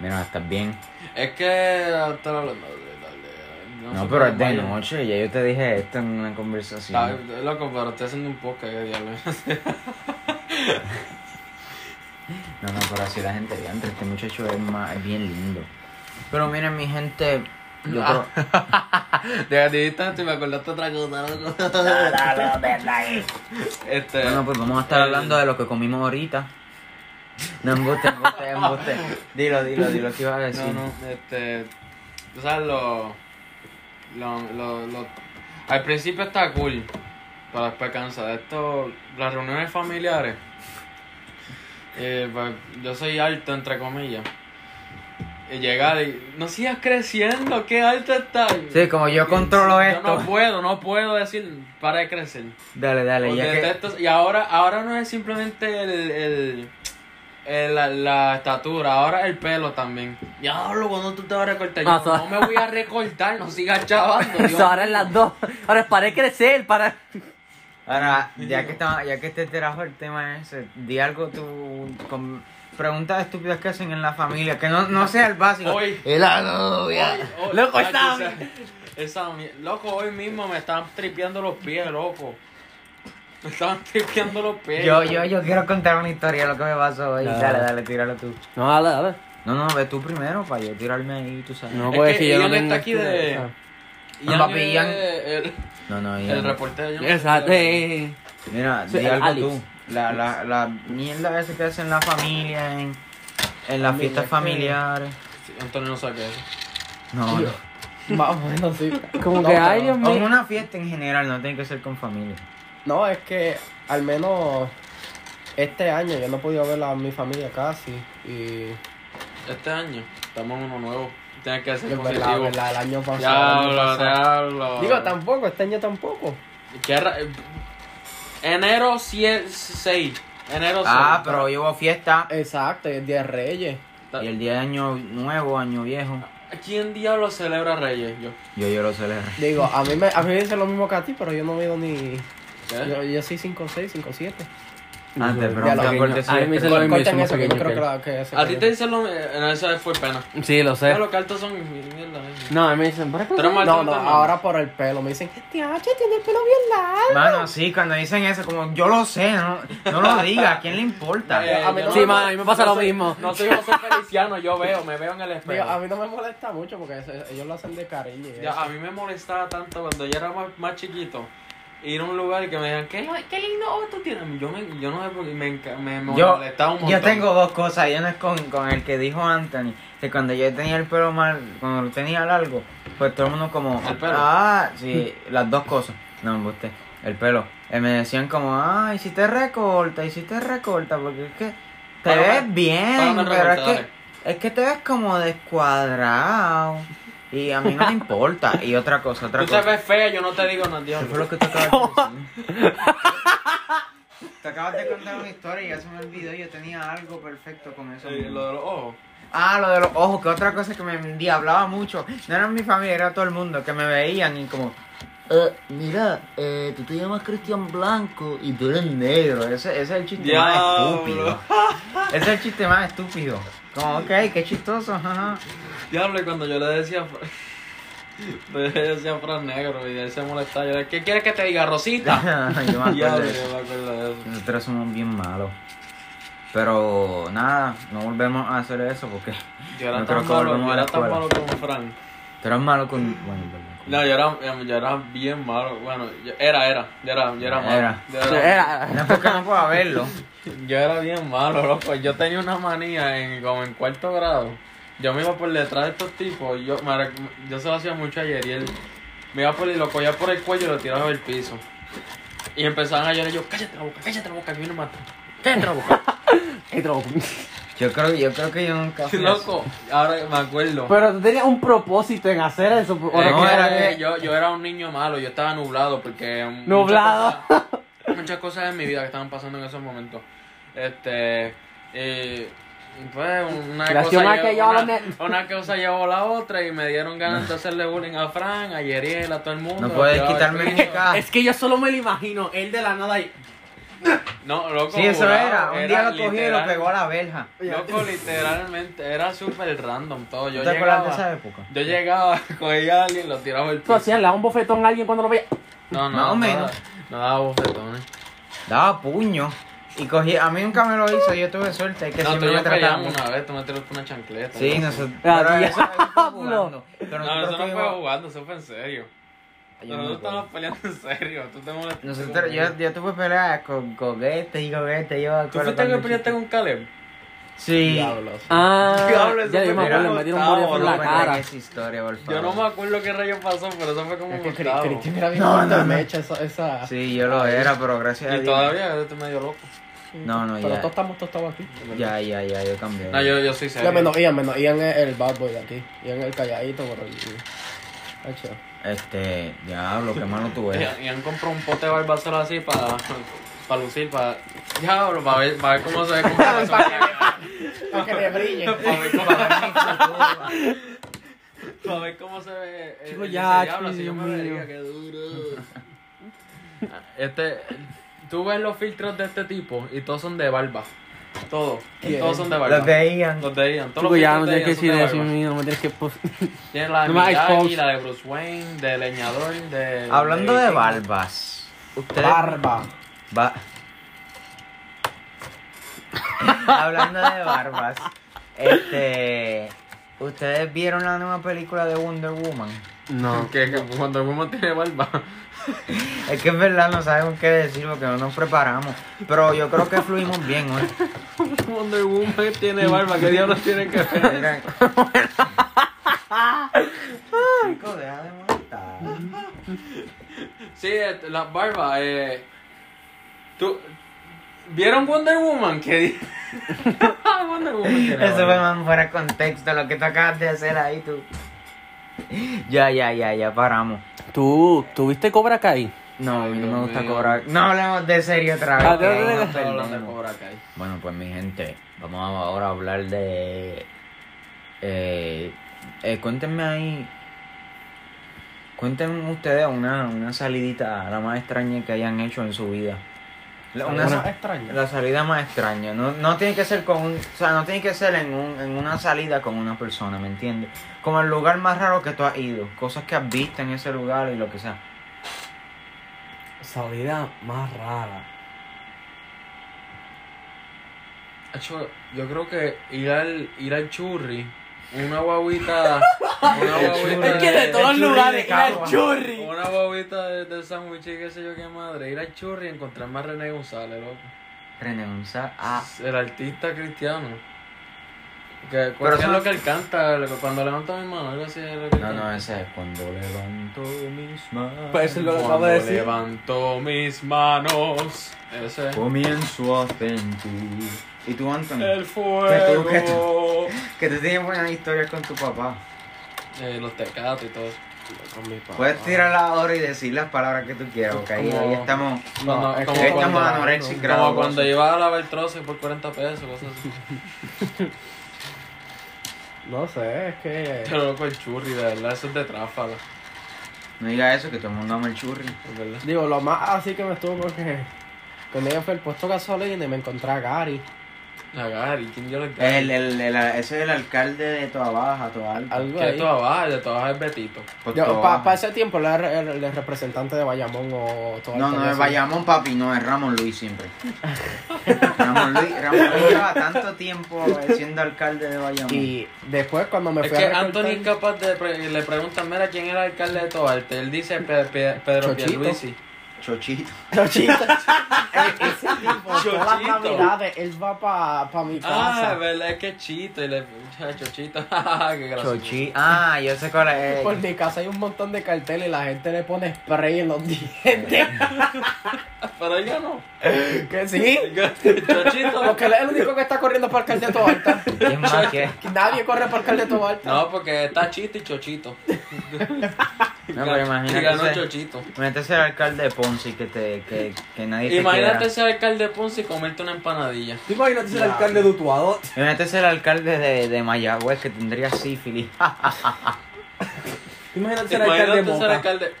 S1: mira, estás bien.
S2: Es que. Hasta la, la- la- la-
S1: No,
S2: sé
S1: pero
S2: cómo
S1: es de
S2: vaya.
S1: noche, ya yo te dije esto en una
S2: Está-
S1: conversación.
S2: Loco, pero estoy haciendo un podcast, ¿qué diablo?
S1: No, no, pero así la gente ve, entre este muchacho es, más, es bien lindo. Pero miren, mi gente, yo creo...
S2: Ah. Te dijiste esto y me acordaste otra cosa, loco. Este.
S1: Bueno, pues vamos a estar
S2: Eh.
S1: hablando de lo que comimos ahorita. No, embuste, embuste, embuste. Dilo, dilo, dilo, ¿qué ibas a decir?
S2: No, no, este. Tú sabes, lo, lo, lo, lo- Al principio está cool, pero después cansa. Esto, las reuniones familiares. eh, pues, yo soy alto, entre comillas. Y llegar y. No sigas creciendo, qué alto estás.
S1: Sí, como yo controlo
S2: Yo
S1: esto.
S2: no puedo, no puedo decir, para de crecer.
S1: Dale, dale,
S2: Porque
S1: ya que...
S2: detesto- Y ahora, ahora no es simplemente el, el- el- la, la estatura, ahora el pelo también. Diablo, cuando tú te vas a recortar, Yo,
S3: Ah, so-
S2: no me voy a recortar, no sigas chavando. Dios.
S3: Eso ahora es las dos. Ahora es para de crecer, para.
S1: Ahora, ya que, estaba- ya que te trajo el tema ese, di algo tú... con- preguntas estúpidas que hacen en la familia, que no, no sea el básico.
S2: Hoy-
S1: Y la novia.
S2: Hoy-
S3: Loco,
S2: ah,
S3: esa-
S2: quizá- esa mi- loco, hoy mismo me están tripeando los pies, loco. Me estaban tripeando los pies.
S1: Yo, yo, yo quiero contar una historia de lo que me pasó hoy. Dale, dale, tíralo tú.
S3: No, dale, dale.
S1: No, no, ve tú primero para yo tirarme ahí, tú sabes.
S3: No,
S2: Es
S3: pues
S2: que
S3: si yo no
S2: Ian está
S3: tengo
S2: aquí de-
S3: o sea,
S2: Y ya
S1: Papi,
S2: me-
S1: ya-
S2: el,
S1: no, no,
S2: el
S1: ya.
S2: reportero. yo no sé
S3: Exacto.
S2: si-
S3: eh, eh,
S1: Mira,
S3: Sí,
S1: di
S3: el
S1: algo
S3: Alex.
S1: tú. La, la, la mierda esa que hacen la familia en, en las fiestas familiares.
S2: Sí, Antonio no sabe qué es eso.
S1: No, no.
S5: Más o menos, sí.
S3: eh. Como
S5: No,
S3: que,
S5: pero-
S3: ay, Dios
S1: O en
S3: mío.
S1: una fiesta en general, no tiene que ser con familia.
S5: No, es que al menos este año yo no he podido ver a mi familia casi. Y
S2: Este año estamos en uno nuevo. Tienes que ser
S5: es
S2: positivo.
S5: verdad, verdad, el año pasado. el año
S2: Diablo,
S5: pasado.
S2: diablo.
S5: Digo, tampoco, este año tampoco.
S2: ¿Qué ra- Enero 6. Enero 6.
S1: Ah, pero yo hubo fiesta.
S5: Eh, Exacto, y el Día de Reyes.
S1: Y el día de año nuevo, año viejo.
S2: ¿Quién diablo celebra Reyes? Yo.
S1: Yo, yo lo celebro.
S5: Digo, a mí me, a mí me dicen lo mismo que a ti, pero yo no veo ni.
S2: ¿Qué?
S5: Yo, yo soy 5'6, 5'7.
S1: Antes, pero
S5: Ya lo
S1: no
S5: vi,
S1: cortes.
S3: A mí me dicen lo mismo, yo soy
S5: Corten
S3: más
S5: eso, que yo
S3: pequeño
S5: creo
S3: que
S5: que,
S3: él.
S5: la- que ese-
S2: A ti te dicen lo mismo. Eso fue el pena.
S5: Eh.
S3: Sí, lo sé.
S2: Ya, Los cartos son. Mierda, eh.
S3: No, a mí me dicen, ¿por qué?
S2: Pero más
S5: No, no,
S2: alto,
S5: ahora por el pelo. Me dicen, Tiache, tiene el pelo bien largo.
S1: Mano, sí, cuando dicen eso, como yo lo sé, no, no lo diga, ¿a quién le importa?
S2: Eh,
S5: a mí
S2: yo
S5: no
S3: Sí,
S5: me-
S3: mano, a mí me pasa
S2: no
S3: lo
S2: soy-
S3: mismo.
S2: No soy José Feliciano, yo veo, me veo en el
S5: Digo, a
S2: espejo.
S5: mí no me molesta mucho porque ese- ellos lo hacen de cariño. y
S2: Ya, a mí me molestaba tanto cuando yo era más, más chiquito. Ir a un lugar y que me digan, ¿qué, qué lindo ojo tú tienes? Yo, me- yo no sé por qué me, enca- me, me
S1: Yo,
S2: molestaba un montón.
S1: yo tengo dos cosas, y una es con, con el que dijo Anthony, que cuando yo tenía el pelo mal, cuando lo tenía largo, pues todo el mundo como,
S2: El pelo. Mm.
S1: ah, sí, las dos cosas, no, usted, el pelo, Eh, me decían como, ah, hiciste recorta, hiciste recorta, porque es que te
S2: Para una-
S1: ves bien,
S2: para una
S1: pero es
S2: recorta,
S1: que, es que te ves como descuadrado, y Y a mí no me importa. Y otra cosa, otra
S2: Tú
S1: cosa.
S2: se ves fea, yo no te digo nada,
S1: ¿Qué
S2: Dios.
S1: fue lo que te acabas de decir? te acabas de contar una historia y ya se me olvidó. Yo tenía algo perfecto con eso.
S2: Lo oh, de los ojos.
S1: Ah, lo de los ojos, que otra cosa que me hablaba mucho. No era mi familia, era todo el mundo que me veían y como. "Eh, mira, eh, tú te llamas Cristian Blanco y tú eres negro. Ese, ese es el chiste más
S2: Diablo.
S1: estúpido. Ese es el chiste más estúpido. Como, ok, qué chistoso. ajá.
S2: Diablo, y cuando yo le decía a Fran, yo le decía a Fran negro y él se molestaba. Yo le decía, ¿qué quieres que te diga, Rosita?
S1: Yo me acuerdo
S2: Diablo,
S1: de eso.
S2: yo me acuerdo de eso.
S1: Nosotros somos bien malos. Pero nada, no volvemos a hacer eso porque
S2: Yo era
S1: No creo
S2: tan
S1: que
S2: malo,
S1: volvamos
S2: yo
S1: a la
S2: era tan
S1: escuela.
S2: malo como Fran.
S1: tú eras malo con. Bueno, perdón.
S2: No, yo era, yo era bien malo. Bueno, yo- era, era, yo era, yo era malo.
S1: Era.
S2: Yo era,
S1: No es porque no puedo verlo.
S2: yo era bien malo, loco. Yo tenía una manía en, como en cuarto grado. Yo me iba por detrás de estos tipos. Yo, me rec- yo se lo hacía mucho ayer y él me iba por y lo cogía por el cuello y lo tiraba al piso. Y empezaban a llorar. Yo, cállate la boca, cállate la boca, que viene el maestro. Cállate la boca.
S1: Yo creo, yo creo que yo nunca fui
S2: Loco, ahora me acuerdo.
S4: Pero tú tenías un propósito en hacer eso. ¿o
S2: Es
S1: no, era
S2: que era
S1: que-
S2: que yo, yo era un niño malo, yo estaba nublado porque... muchas
S4: Nublado.
S2: cosas- Muchas cosas en mi vida que estaban pasando en esos momentos. Este... eh, pues una
S4: Gracias
S2: cosa,
S4: a que
S2: llevó,
S4: yo
S2: una,
S4: lo
S2: una cosa llevó a la otra y me dieron ganas de hacerle bullying a Fran, a Yeriel, a todo el mundo.
S1: No puedes
S2: Yo-
S1: quitarme mi casa.
S4: Es que yo solo me lo imagino, él de la nada y...
S2: No, loco.
S1: Sí, eso
S2: volado,
S1: era. Un día lo cogí y lo
S2: literal-
S1: pegó a la verja.
S2: Loco, literalmente, era súper random todo.
S1: ¿Tú
S2: Yo
S1: te acuerdas de
S2: llegaba,
S1: esa época?
S2: yo llegaba, cogía a alguien, lo tiraba al
S4: Tú
S2: piso.
S4: hacías, le dabas un bofetón a alguien cuando lo veía.
S2: No, no,
S1: Más o
S2: no
S1: menos.
S2: daba- No daba bofetones.
S1: Daba puño. Y cogí, a mí nunca me lo hizo, yo tuve suerte. Que
S2: No, tú
S1: siempre
S2: y
S1: me
S2: yo peleamos
S1: trataban.
S2: una vez, tú me tiraste una chancleta.
S1: Sí,
S2: no
S1: nosotros.
S4: Ah,
S1: Pero eso, eso fue
S4: diablo.
S1: jugando. Pero
S2: No,
S1: nosotros
S2: eso no fue
S1: tuvimos-
S2: jugando, eso fue en serio.
S1: Yo no me acuerdo.
S2: Nosotros estábamos peleando en serio, tú te molestaste.
S1: Nosotros,
S2: conmigo.
S1: yo, yo tuve peleas con coquetes y coquetes. Yo
S2: ¿Tú fuiste que peleaste con Caleb?
S1: Sí.
S4: Ah,
S2: Diablo, eso
S4: ya
S2: fue
S4: yo me acuerdo,
S2: como
S4: me dieron un boleo por
S2: octavo,
S4: la
S1: me
S4: cara.
S1: traigas esa historia, por favor.
S2: Yo no me acuerdo qué rayo pasó, pero eso fue como
S5: Es
S2: un
S5: que Cri-
S2: octavo.
S5: Cristian era bien
S1: No,
S5: no,
S1: no, no.
S5: mecha esa, esa...
S1: Sí, yo lo era, pero gracias a
S2: Y
S1: Dios.
S2: todavía yo te medio loco.
S1: No, no,
S5: Pero
S1: ya.
S5: todos estamos tostados aquí.
S1: Ya, ya, ya, yo cambié.
S2: No, yo, yo soy
S5: Ya
S2: serio.
S5: menos Ian, menos Ian es el bad boy de aquí. Ian es el calladito, pero... el- Hacho.
S1: Este, diablo, qué malo tú eres.
S2: Y, y han comprado un pote de barbasol así para pa lucir, para. Diablo, para ver, pa' ver cómo se ve. Cómo se ve.
S5: Para que le brille.
S2: Para ver cómo, pa' ver cómo se ve. el-
S4: Chico,
S2: el
S4: ya,
S2: diablo, así yo
S4: Dios
S2: me
S4: mío.
S2: vería, qué duro. Este, tú ves los filtros de este tipo y todos son de barba. Todos.
S5: ¿Quién?
S2: Todos son de barba.
S1: Los de Ian.
S2: Los de Ian. Todos
S4: Chico,
S2: los
S4: ya
S2: filtros
S4: no
S2: de
S4: tienes que decir
S2: Ian son de
S4: eso,
S2: barba.
S4: mío, no me tienes que... pos-
S2: Tienes la de
S4: No me hagas
S2: Miyagi,
S4: pose.
S2: la de Bruce Wayne, de Leñador, de...
S1: Hablando de
S2: King.
S1: barbas. Ustedes.
S5: Barba.
S1: va- Hablando de barbas. Este. ¿Ustedes vieron la nueva película de Wonder Woman?
S4: No.
S2: Que, que cuando uno tiene barba.
S1: Es que es verdad, no sabemos qué decir porque no nos preparamos. Pero yo creo que fluimos bien, hoy.
S2: Wonder Woman tiene barba, ¿qué diablos tiene que ver?
S1: Mira. Chico, deja de molestar.
S2: Sí, eh, la barba, eh... ¿Tú... ¿Vieron Wonder Woman? ¿Qué di- Wonder Woman tiene
S1: Eso fue
S2: barba.
S1: más fuera de contexto, lo que tú acabas de hacer ahí tú. Ya, ya, ya, ya paramos.
S4: ¿Tú, ¿tú viste Cobra Kai?
S1: No, a mí no
S2: Dios
S1: me gusta
S2: mío.
S1: cobrar. No hablemos de serio otra vez.
S4: Ah,
S1: que
S4: no,
S1: ahí
S4: no,
S1: nos
S4: no,
S2: Estaba hablando de
S1: perdemos.
S2: Cobra Kai.
S1: Bueno, pues mi gente, vamos ahora a hablar de... Eh, eh, cuéntenme ahí... Cuéntenme ustedes una, una salidita la más extraña que hayan hecho en su vida. La, una sa- la salida más extraña. No, no tiene que ser con un- o sea, no tiene que ser en, un- en una salida con una persona, ¿me entiendes? Como el lugar más raro que tú has ido. Cosas que has visto en ese lugar y lo que sea.
S4: Salida más rara.
S2: Acho, yo creo que ir al, ir al churri, una guaguita, una guaguita
S1: Es que de todos
S4: los
S1: lugares, ir al
S4: churri.
S2: una guaguita de, de sándwich y qué sé yo qué madre, ir al churri y encontrarme a René González, loco.
S1: Renunciar a...
S2: El artista cristiano. Que,
S1: Pero
S2: ¿Qué es
S1: eso-
S2: lo que él canta? lo que- Cuando levanta mi mano, algo así. es lo que
S1: No, no,
S2: canta.
S1: ese es cuando levanto mis manos.
S4: Pues eso es lo que acabo
S2: Cuando
S4: de decir.
S2: levanto mis manos. Ese es
S1: Comienzo a sentir. ¿Y tú, Anton?
S2: el
S1: Que tú, que
S2: fuego.
S1: Que tú tienes buenas historias con tu papá.
S3: eh, los tecatos y todo eso.
S5: Con mi papá.
S1: Puedes tirar ahora y decir las palabras que tú quieras, ok. Ahí, ahí estamos.
S3: No,
S2: Cuando-
S3: es
S2: Pues como
S1: Ahí estamos
S2: cuando-
S1: anorexic
S2: Como
S1: graduados.
S2: cuando llevaba a lavar troces por 40 pesos, cosas así.
S5: No sé, es que.
S2: Pero Este loco el churri, de verdad, eso es de tráfala,
S1: No diga eso, que todo el mundo ama el churri.
S2: es verdad.
S5: Digo, lo más así que me estuvo porque. Cuando ella fue al puesto de gasolina y me encontré a Gary.
S2: La Gary, ¿quién dio la Gary?
S1: El, el, el- ese es el alcalde de Toa Baja, Toa Alta.
S5: Algo
S2: Que
S5: ahí.
S2: tú abajo, de todas es Betito.
S1: Pues Toa
S5: Para
S1: Baja.
S5: ese tiempo él era el, el representante de Bayamón o todo
S1: No,
S5: el-
S1: no es Bayamón, papi, no, es Ramón Luis siempre. Ramón Luis, Ramón Luis lleva tanto tiempo eh, siendo alcalde de Bayamón.
S5: Y después cuando me
S2: Es
S5: fui
S2: que
S5: a recortar-
S2: Anthony es capaz de. pre- le preguntan, mira, ¿quién era el alcalde de Toarte? Él dice Pe- Pe- Pedro
S5: Chochito.
S2: Pierluisi.
S1: Chochito.
S5: Chochito. E- ese tipo, todas las
S2: Chochito.
S5: navidades, él va para mi
S2: Ah,
S5: casa.
S2: verdad, es que es chito. Y le pincha Chochito. Qué gracioso.
S1: Chochito. Ah, yo sé cuál es.
S5: Por mi casa hay un montón de carteles y la gente le pone spray en los dientes.
S2: Pero él ganó.
S5: ¿Que sí?
S2: Chochito.
S5: Porque él es el único que está corriendo para el Caldeto Alta.
S1: ¿Quién más que?
S5: Nadie corre para el Caldeto Alta.
S2: No, porque está chito y Chochito.
S1: No, pero imagínate
S2: Y ganó
S1: ese-
S2: Chochito.
S1: Imagínate ser alcalde de Ponce y que, te, que, que nadie te
S2: Imagínate
S1: quiera.
S2: ser alcalde de Ponce y comerte una empanadilla.
S5: ¿Tú imaginas ser alcalde de Utuado?
S1: Imagínate ser alcalde de, de Mayagüez que tendría sífilis.
S5: ¿Tú imaginas ser alcalde de
S2: Imagínate ser
S5: Moca?
S2: alcalde.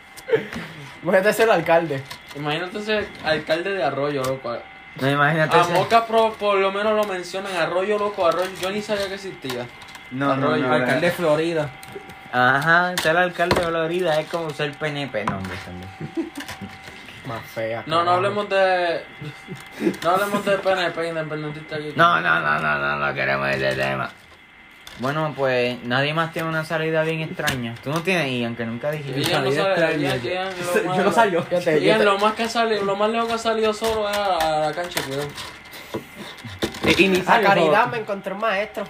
S5: Imagínate ser este alcalde.
S2: Imagínate ser alcalde de Arroyo, loco.
S1: No, imagínate
S2: A
S1: ser-
S2: Ah, Moca pro- por lo menos lo mencionan, Arroyo loco, Arroyo, yo ni sabía que existía.
S1: No, no, no,
S2: Arroyo,
S1: no.
S4: Alcalde de Florida.
S1: Ajá, ser alcalde de Florida es como ser PNP. No, hombre, hombre.
S5: Más fea.
S2: No, no
S5: carajo.
S2: hablemos de... No hablemos de PNP independentista aquí.
S1: No, no, no, no, no, no queremos ese tema. Bueno, pues nadie más tiene una salida bien extraña. Tú no tienes Ian, que nunca dijiste.
S2: Ella no
S4: Salida
S2: sale,
S4: extraña.
S2: Ian- Ian es lo más-
S4: Yo no salió.
S5: Fíjate, yo
S2: Ian
S5: te-
S2: lo más que ha salido, lo más lejos que ha salido solo es a, a la cancha, cuidado.
S4: Ah,
S5: A caridad me encontré un maestro.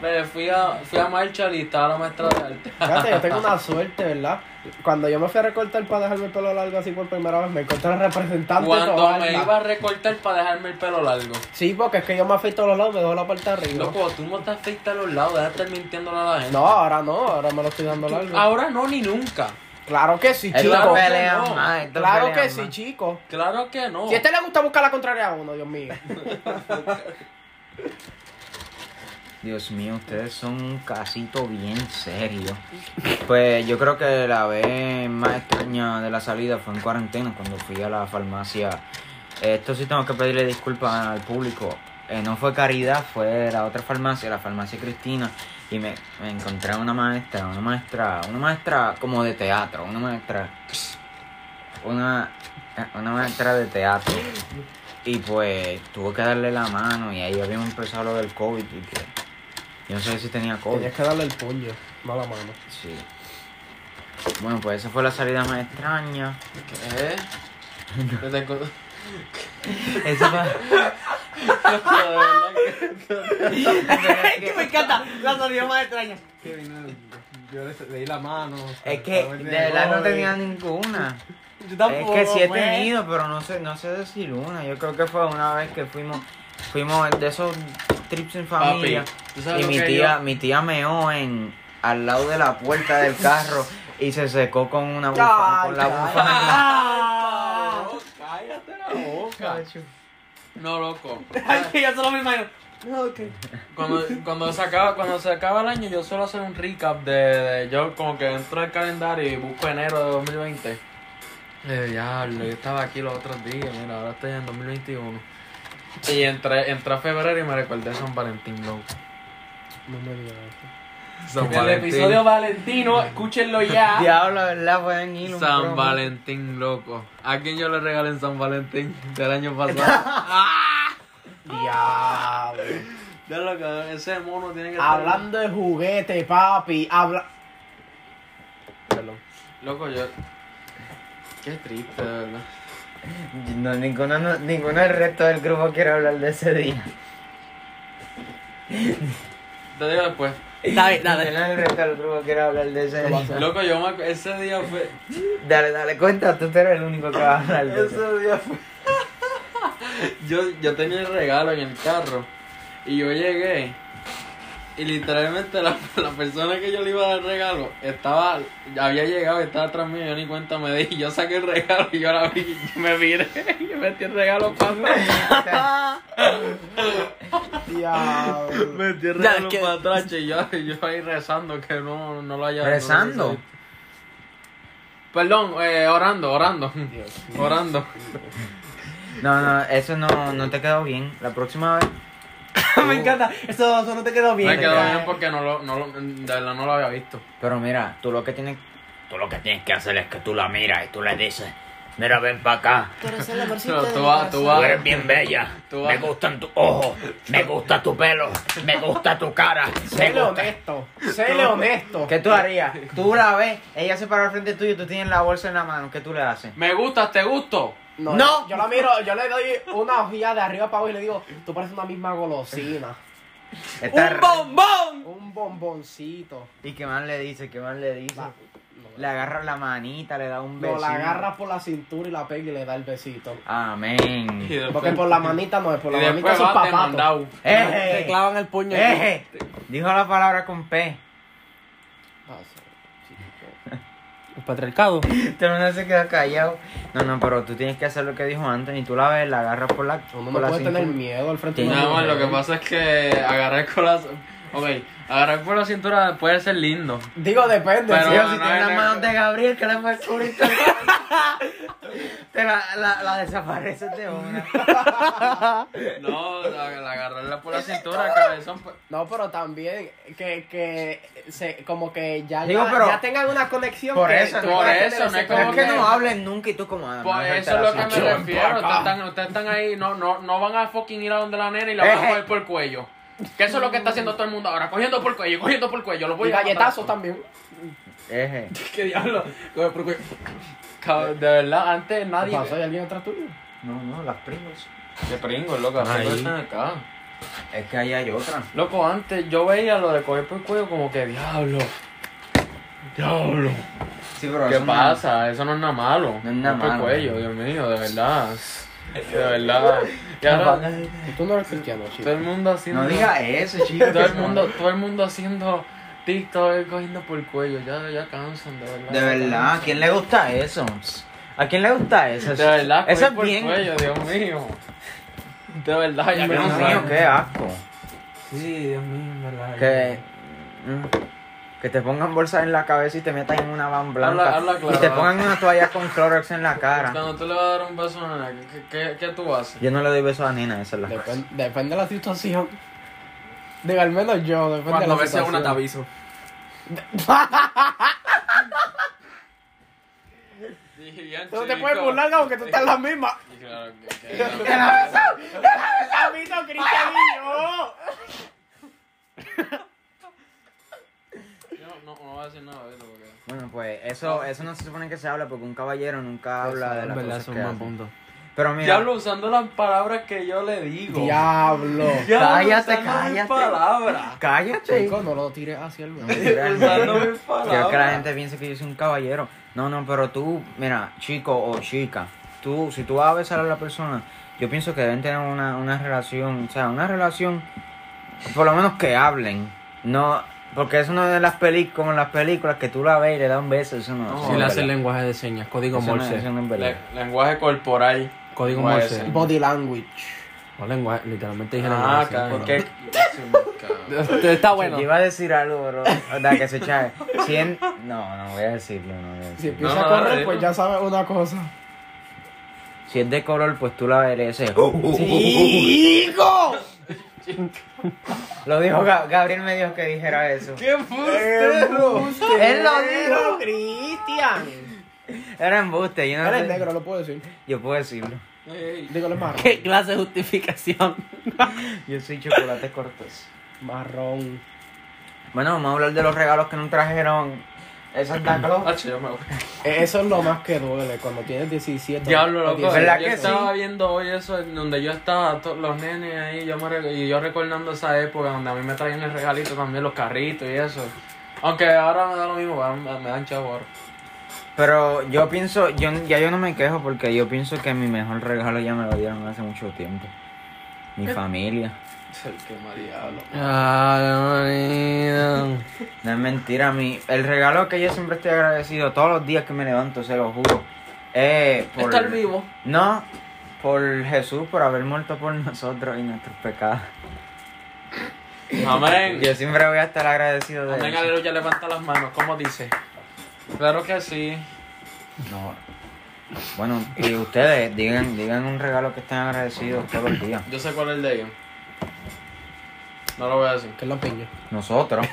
S2: Me fui a, fui a marcha y estaba la maestra de arte.
S5: Fíjate, yo tengo una suerte, ¿verdad? Cuando yo me fui a recortar para dejarme el pelo largo así por primera vez, me encontré al representante de
S2: Cuando me
S5: Tobalba.
S2: iba a recortar para dejarme el pelo largo.
S5: Sí, porque es que yo me afeito a los lados, me dejo la parte de arriba.
S2: Loco, tú no te afeitas a los lados, deja de estar mintiéndole a la gente.
S5: No, ahora no, ahora me lo estoy dando largo.
S2: Ahora no ni nunca.
S5: Claro que sí,
S1: Esto
S5: chico.
S1: pelea
S2: no.
S1: más, esto
S5: Claro
S1: pelea
S5: que sí,
S1: más.
S5: chico.
S2: Claro que no.
S5: Si a este le gusta buscar la contraria a uno, Dios mío.
S1: Dios mío, ustedes son un casito bien serio. Pues yo creo que la vez más extraña de la salida fue en cuarentena, cuando fui a la farmacia. Esto sí tengo que pedirle disculpas al público. Eh, no fue caridad, fue la otra farmacia, la farmacia Cristina. Y me, me encontré a una maestra, una maestra, una maestra como de teatro, una maestra. Una, una maestra de teatro. Y pues tuve que darle la mano y ahí habíamos empezado lo del COVID y que yo no sé si tenía COVID.
S5: Tenías que darle el puño, no la mano.
S1: Sí. Bueno, pues esa fue la salida más extraña.
S2: ¿Qué? Yo tengo-
S1: Esa fue...
S4: me encanta. La salida más extraña. Yo le, le di la mano.
S1: es que de verdad no tenía ninguna.
S4: Yo
S1: Es
S4: tampoco,
S1: que este sí he
S2: pues.
S4: güey.
S1: tenido, pero no sé, no sé decir una. Yo creo que fue una vez que fuimos, fuimos de esos trips en
S2: Papi,
S1: familia.
S2: ¿tú sabes
S1: Y
S2: lo
S1: mi
S2: que
S1: tía,
S2: yo-
S1: mi tía meó en al lado de la puerta del carro y se secó con una bufanda,
S5: Ay,
S1: con la
S5: ay.
S1: bufanda.
S2: Cabrón, Cállate la boca. No, loco.
S4: Ay, que yo solo me imagino.
S2: Cuando, cuando, se acaba, cuando se acaba el año, yo suelo hacer un recap de, de- Yo como que entro al calendario y busco enero de 2020. Eh, diablo, yo estaba aquí los otros días, mira, ahora estoy en 2021. Y entré, entré a febrero y me recordé a San Valentín, loco.
S5: No me digas eso.
S2: San
S4: El episodio Valentino, escúchenlo ya.
S1: Diablo, ¿verdad? Pueden ir un
S2: San
S1: promo.
S2: Valentín, loco. ¿A quién yo le regalé en San Valentín del año pasado?
S5: Diablo.
S2: ya lo que ese mono tiene que estar-
S5: Hablando de juguete, papi. Habla.
S2: Perdón. Loco, yo. Qué triste, de verdad.
S1: No, ninguno, no- ninguno del resto del grupo quiere hablar de ese día.
S2: Te digo después.
S4: Dale, dale.
S1: Ninguno del resto del grupo quiere hablar de ese día.
S2: Loco, yo me acu- ese día fue.
S1: Dale, dale cuenta, tú eres el único que va a hablar de eso.
S2: Ese día fue. yo, yo tenía el regalo en el carro. Y yo llegué. Y literalmente la, la persona que yo le iba a dar el regalo estaba, había llegado y estaba atrás mío, yo ni cuenta me di, yo saqué el regalo y yo la vi, y me miré y metí el regalo para
S1: Diablo.
S2: Metí el
S5: Ya,
S2: regalo
S5: es que-
S2: para atrás che, y yo, yo ahí rezando que no, no lo haya no lo
S1: ¿Rezando?
S2: recibí. Perdón, eh, orando, orando, orando.
S1: No, no, eso no, no te quedó bien. La próxima vez.
S5: Me encanta. Eso, eso no te quedó bien.
S2: Me quedó
S1: ya.
S2: bien porque no lo, no lo, de verdad no lo había visto.
S1: Pero mira, tú lo que tienes. Tú lo que tienes que hacer es que tú la miras y tú le dices, mira, ven para acá.
S6: Pero esa es la
S2: Pero
S6: bolsita
S2: tú
S6: de mi
S2: vas- tú
S6: corazón.
S2: vas-
S1: Tú eres bien bella.
S2: Tú
S1: me
S2: vas-
S1: gustan tus ojos, me gusta tu pelo, me gusta tu cara. Me
S5: Séle
S1: gusta.
S5: honesto. Séle honesto.
S1: ¿Qué tú harías? Tú la ves, ella se para al frente tuyo y tú tienes la bolsa en la mano. ¿Qué tú le haces?
S2: Me gustas, te gusto.
S5: No,
S1: No.
S5: Yo la miro, yo le doy una hojilla de arriba para abajo y le digo, tú pareces una misma golosina.
S1: Está re-
S2: bombón!
S5: Un bomboncito.
S1: ¿Y qué más le dice? ¿Qué más le dice?
S5: La-
S1: Le agarra la manita, le da un
S5: No,
S1: beso.
S5: la agarra por la cintura y la pega y le da el besito.
S1: Amén.
S2: Y después-
S5: Porque por la manita no es, por
S2: y
S5: la
S2: después
S5: manita es un
S2: vas
S5: papato.
S2: demandado.
S1: Eje.
S7: Te clavan el puño. aquí.
S1: Eje. Dijo la palabra con P.
S5: Ah, sí, sí.
S4: El patriarcado.
S1: Te no se queda callado. No, no, pero tú tienes que hacer lo que dijo antes. Y tú la ves, la agarras por la.
S5: Uno
S1: por
S5: no
S1: la
S5: puede tener
S1: cintura.
S5: miedo al frente de
S1: Sí,
S5: una
S2: Nada más, eh.
S5: mujer.
S2: lo que pasa es que agarrar con la... Ok, agarrar por la cintura puede ser lindo.
S5: Digo, depende.
S2: Pero-
S5: sí.
S1: Digo, si
S2: no,
S1: tienes
S2: no,
S1: las
S2: no.
S1: manos de Gabriel, que le puedes cubrir todo. Te la, la, la desapareces de una.
S2: No, la- la agarrarla por la cintura, cabezón. pues-
S5: No, pero también que, que se, como que ya,
S1: Digo,
S5: ya,
S1: pero-
S5: ya tengan una conexión.
S1: Por
S5: que
S1: eso,
S5: tú
S2: por
S5: puedas
S2: eso,
S5: tener
S2: no
S5: ese
S2: es como
S1: Pero es que
S5: contacto.
S1: no hablen nunca y tú como. ah,
S2: Por
S1: no,
S2: pues, eso es lo que
S1: alteración.
S2: me refiero. Ustedes están, ustedes están ahí, no, no, no van a fucking ir a donde la nena y la van a coger por el cuello. Que eso es lo que está haciendo todo el mundo ahora, cogiendo por el cuello, cogiendo por el cuello. Lo voy
S5: Y
S2: a matar.
S5: galletazos también.
S1: Eje.
S2: ¿Qué diablo? Coge por el cuello. Cabrón, De verdad, antes
S5: ¿Qué
S2: nadie.
S5: pasó? ¿Hay alguien atrás tuyo?
S1: No, no, las primos.
S2: Qué pringo, loco. así
S4: Ahí.
S2: no están acá.
S1: Es que ahí hay otra.
S2: Loco, antes yo veía lo de coger por el cuello como que diablo. Diablo.
S1: Sí, pero
S2: ¿Qué
S1: eso no-
S2: pasa? Eso no es nada malo.
S1: No es nada
S2: Coger por el
S1: malo.
S2: cuello, Dios mío, de verdad. De verdad. Y
S1: No,
S2: ahora
S5: Tú no eres cristiano, chico.
S2: todo el mundo haciendo.
S1: no diga eso, chicos.
S2: todo el mundo, todo el mundo haciendo TikTok cogiendo por el cuello. Ya, ya cansan, de verdad.
S1: De
S2: ya
S1: verdad, ¿a quién le gusta eso? ¿A quién le gusta eso?
S2: cansan. De verdad,
S1: eso es
S2: coger por
S1: bien.
S2: el cuello, Dios mío. De verdad, ya
S1: Dios
S2: cansan.
S1: mío, qué asco.
S2: Sí, Dios mío, en verdad.
S1: Que. mm, Que te pongan bolsas en la cabeza y te metan en una van blanca.
S2: Habla- habla claro.
S1: Y te pongan una toalla con Clorox en la cara.
S2: Cuando tú le vas a dar un beso a una nena, ¿qué, qué, qué tú haces?
S1: Yo no le doy besos a Nina, esa es la cosa.
S5: Depen- depende de la situación. Digo, al menos yo, depende de la
S7: Cuando ves a
S5: situación.
S7: una te aviso.
S5: Tú no te puedes burlar, no, porque tú estás en la misma.
S2: Y Claro, que, que-
S5: ¡Sabito, Cristianillo!
S2: yo no, no voy a decir nada de eso porque...
S1: Bueno, pues eso, eso no se supone que se habla porque un caballero nunca habla de
S7: En
S1: las
S7: verdad,
S1: cosas
S7: son
S1: que
S7: más
S1: hace.
S7: puntos.
S1: Pero mira,
S2: Diablo, usando las palabras que yo le digo.
S5: Diablo.
S2: Diablo,
S1: Cállate,
S2: usando mis
S1: cállate.
S2: palabras.
S1: cállate.
S5: Chico, no lo tires hacia el mío.
S2: Usando mis
S1: Quiero que la
S2: palabras.
S1: gente piense que yo soy un caballero. No, no, pero tú, mira, chico o chica, tú, si tú vas a besar a la persona, yo pienso que deben tener una, una relación, o sea, una relación, por lo menos que hablen. No, porque eso no es de las películas, como en las películas que tú la ves y le das un beso, eso no.
S2: No,
S1: eso
S4: Si
S1: no
S4: le
S1: es
S4: hace el
S1: verdad.
S4: lenguaje de señas, código
S1: Eso no- eso
S4: Morse.
S1: no es verdad.
S2: Le- lenguaje corporal.
S4: Código
S2: Lenguaje
S4: Morse.
S2: señas.
S5: Body language.
S4: No lenguaje, literalmente dije
S2: Ah,
S4: lenguaje. de
S2: cabrón.
S4: señas,
S2: ¿Qué?
S4: pero- Este, Está
S1: Yo
S4: bueno.
S1: iba a decir algo, bro. O sea, que se chave. Si en- No, no voy a decirlo, no voy a
S5: Si
S1: decirlo.
S5: empieza
S2: No,
S5: a
S2: no,
S5: correr,
S2: no,
S5: pues
S2: no.
S5: ya sabes una cosa.
S1: Si es de color, pues tú la mereces.
S6: Oh.
S5: ¡Chico!
S1: Lo dijo Ga- Gabriel me dijo que dijera eso.
S2: ¡Qué fustero!
S1: Él lo dijo.
S5: Cristian!
S1: Era embuste, yo no
S5: Eres
S1: sé-
S5: negro, lo puedo decir.
S1: Yo puedo decirlo.
S5: Dígalo es marrón.
S4: ¿Qué clase de justificación?
S1: Yo soy chocolate cortés.
S5: Marrón.
S1: Bueno, vamos a hablar de los regalos que nos trajeron el Santa Claus.
S2: yo me voy.
S5: E, Eso es lo más que duele cuando tienes 17.
S2: Diablo,
S5: o
S2: loco. Yo
S5: 18.
S1: ¿Verdad que
S2: estaba
S1: sí?
S2: viendo hoy eso, en donde yo estaba, to- los nenes ahí, yo me rec- y yo recordando esa época donde a mí me traían el regalito también, los carritos y eso. Aunque ahora me da lo mismo, ahora me me dan chavo ahora.
S1: Pero yo pienso, yo, ya yo no me quejo porque yo pienso que mi mejor regalo ya me lo dieron hace mucho tiempo. Mi familia.
S5: El que más diablo.
S4: Ah,
S1: No es mentira, mi, el regalo que yo siempre estoy agradecido todos los días que me levanto, se lo juro. Eh, por,
S4: Estar vivo.
S1: No, por Jesús, por haber muerto por nosotros y nuestros pecados.
S2: Amén.
S1: Yo siempre voy a estar agradecido de
S2: Amén,
S1: eso.
S2: aleluya, levanta las manos, como dice. Claro que sí.
S1: No. Bueno, y ustedes digan, digan un regalo que estén agradecidos todos los días.
S2: Yo sé cuál es el de ellos. No lo voy a decir.
S5: Que es la piña.
S1: Nosotros.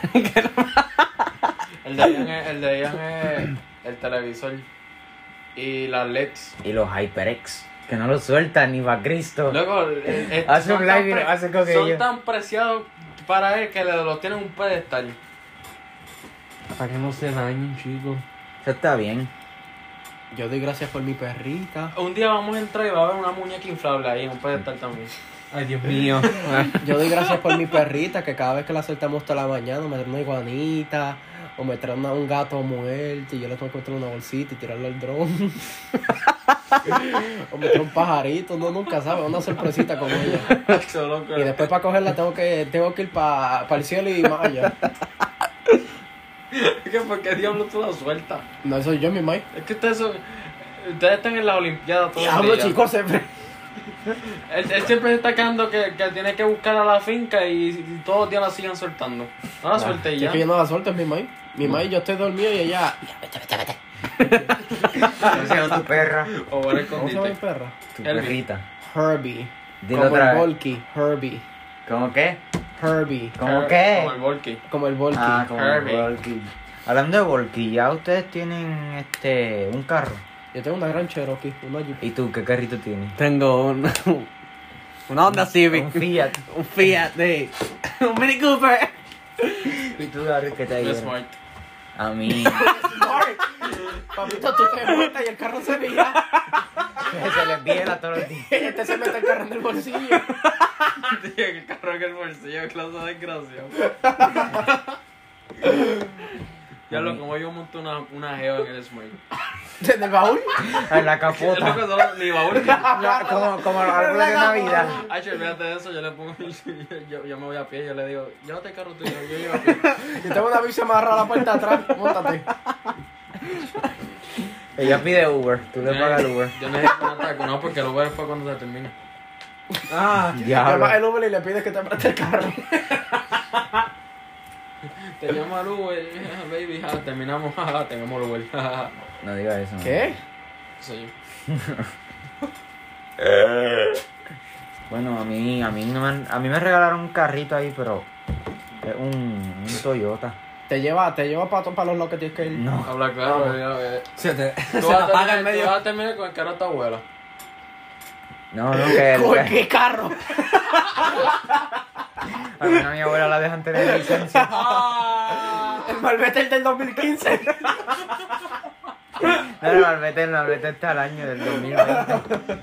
S2: El de ellos es, el, de ellos es el televisor y las E LEDs.
S1: Y los HyperX, que no los sueltan ni va Cristo.
S2: Luego, eh, eh,
S1: Hace
S2: son
S1: un
S2: tan
S1: live y
S2: pre-
S1: lo hace con
S2: Son
S1: ellos.
S2: tan preciados para él que le- los tienen un pedestal.
S4: Para que no se dañen, chicos.
S1: Eso está bien.
S5: Yo doy gracias por mi perrita.
S2: Un día vamos a entrar y va a haber una muñeca inflable ahí en un pedestal también.
S4: Ay, Dios mío.
S5: Yo doy gracias por mi perrita, que cada vez que la soltamos toda la mañana me trae una iguanita o me trae una- un gato muerto y yo le tengo que meter una bolsita y tirarle al dron. o me trae un pajarito, no nunca sabe, una sorpresita con ella.
S2: Solo
S5: Y después para cogerla tengo que tengo que ir para el cielo y más allá.
S2: Es que ¿por qué diablos tú la sueltas?
S5: No soy yo mi Mike.
S2: Es que ustedes son... Ustedes están en las olimpiadas todos los
S5: Diablo
S2: días.
S5: chicos, siempre.
S2: Él, él siempre está quedando que, que tiene que buscar a la finca y, y todos los días la siguen soltando. No la suelte
S5: Es
S2: ya.
S5: que yo no la suelto, es mi Mike. Mi Mike, yo estoy dormido y ella.
S1: Gracias a tu perra,
S2: O para
S5: ¿Cómo se llama mi
S2: escondite.
S5: perra?
S1: tu
S2: Elvi.
S1: perrita.
S5: Herbie.
S1: Dilo
S5: como
S1: otra
S5: el
S1: vez.
S5: Volky. Herbie.
S1: ¿Cómo qué?
S5: Herbie.
S1: ¿Cómo
S2: Her-
S1: qué?
S2: Como el Volky.
S5: Como el Volky.
S1: Ah, como el
S2: Herbie.
S1: Volky. Hablando de Volky, ya ustedes tienen este un carro.
S5: Yo tengo una gran Cherokee, una Jeep.
S1: ¿Y tú qué carrito tienes?
S4: Tengo una, una Honda
S1: Un
S4: Civic,
S1: Fiat.
S4: un Fiat, de, un Mini Cooper.
S1: ¿Y tú, Gabriel, qué te
S2: Es
S1: ayuda?
S2: smart.
S1: A mí.
S5: Papito, tú te montas y el carro se veía.
S1: se les viela todos los días.
S5: Este se mete el carro en el bolsillo.
S2: Tío, el carro en el bolsillo, clase de desgraciado. Ya lo como yo monto una, una geo en el smart.
S5: En el baúl.
S1: En la
S2: Es lo que
S1: capota.
S2: solo mi baúl.
S1: La- como, como los árboles de Navidad.
S2: Ay, che, fíjate de eso, yo le pongo yo, yo me voy a pie, yo le digo, llévate el carro tuyo, yo llevo a pie.
S5: Yo tengo una bici amarrada a la puerta atrás. Móntate.
S1: Ella pide Uber. Tú le pagas el Uber.
S2: Yo necesito un ataco, no, porque el Uber es para cuando se termine.
S5: Ah,
S1: Diablo.
S5: Llamas el Uber y le pides que te preste el carro.
S2: Te llamo al Uber, ah, baby, ah, terminamos, ah, tengamos el Uber. ah, ah.
S1: No digas eso. no.
S5: ¿Qué?
S2: Soy yo.
S1: Bueno, a mí, a mí, no me han- a mí me regalaron un carrito ahí, pero es un, un Toyota.
S5: Te lleva, te lleva para para los lados que tienes que ir.
S1: No.
S2: Habla claro, ya, ya.
S4: Se te se
S2: Tú vas a
S4: la paga en
S2: terminar- tú
S4: medio.
S2: vas a terminar con el carro de tu abuela.
S1: No, no, que
S5: Coge,
S1: que-
S5: ¿Qué carro?
S1: a mí a mi abuela la dejan tener licencia.
S5: El Malvete el del 2015.
S1: No, el malvete, el malvete está al año del 2020.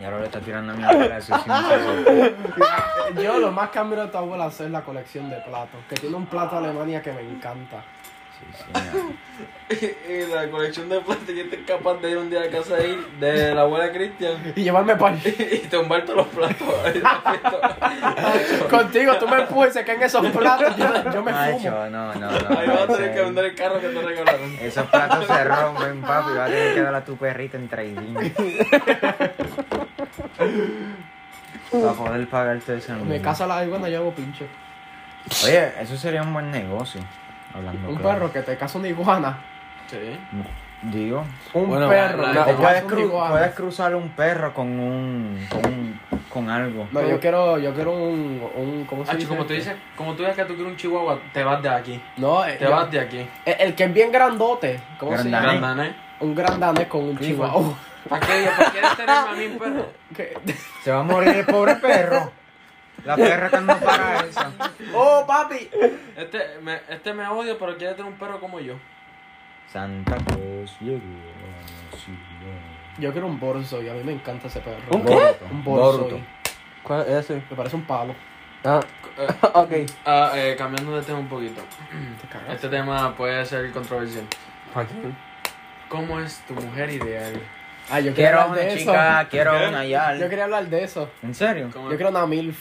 S1: Y ahora le está tirando a mi abuela eso sí me pasó.
S5: Yo lo más que admiro de tu abuela es la colección de platos. Que tiene un plato de Alemania que me encanta.
S1: Sí, sí,
S2: Y la colección de plata que estés capaz de ir un día a casa de, ir, de la abuela Cristian
S5: Y llevarme para
S2: y tumbar todos los platos. ahí, rapidito.
S5: Contigo, tú me empujas y se caen esos platos. Yo, yo me
S1: no.
S5: fumo.
S1: Macho, no, no, no.
S2: Ahí vas a tener
S1: ese-
S2: que vender el carro que te regalaron.
S1: Esos platos se rompen, papi. Vas a tener que dar a tu perrita en trading. Para poder pagarte ese
S5: Me casa la iguana y yo hago pinche.
S1: Oye, eso sería un buen negocio. Hablando
S5: Un
S1: claro.
S5: perro que te casa una iguana.
S2: Sí.
S1: Digo.
S5: Un
S4: Bueno,
S5: perro
S2: la-
S5: que
S2: la-
S5: te
S1: O puedes,
S5: casa una
S1: cru-
S5: iguana.
S1: puedes cruzar un perro con un. con, un- con algo.
S5: No, yo quiero, yo quiero un, un ¿cómo se
S2: Ah,
S5: dice?
S2: como tú dices, como tú dices que tú quieres un chihuahua, te vas de aquí.
S5: No, eh,
S2: Te
S5: yo-
S2: vas de aquí.
S5: el, el que es bien grandote. ¿Cómo se
S1: Grandanés.
S5: llama?
S2: Grandané.
S5: Un grandanés con un
S1: Sí,
S5: chihuahua.
S2: ¿Para qué? ¿Para qué eres tener a mí un perro?
S5: Que-
S1: Se va a morir el pobre perro. La perra que no para esa.
S5: oh, papi.
S2: Este me, este me odia, pero quiere tener un perro como yo.
S1: Santa Cruz llegó a la ciudad.
S5: Yo quiero un borzo y a mí me encanta ese perro.
S4: ¿Un qué?
S1: Boruto.
S5: Un borzo.
S1: Boruto.
S4: ¿Cuál es ese?
S5: Me parece un palo.
S4: Ah,
S2: Eh,
S4: ok.
S2: ah, eh, cambiando de tema un poquito.
S5: Te cagas.
S2: Este tema puede ser controversial.
S4: ¿Para quién?
S2: ¿Cómo es tu mujer ideal?
S5: Ah, yo
S1: Quiero
S5: quiero
S1: a
S5: hablar
S1: una
S5: de
S1: chica,
S5: eso.
S1: quiero a una yal.
S5: Yo quería hablar de eso.
S1: ¿En serio?
S2: Como-
S5: Yo quiero una MILF.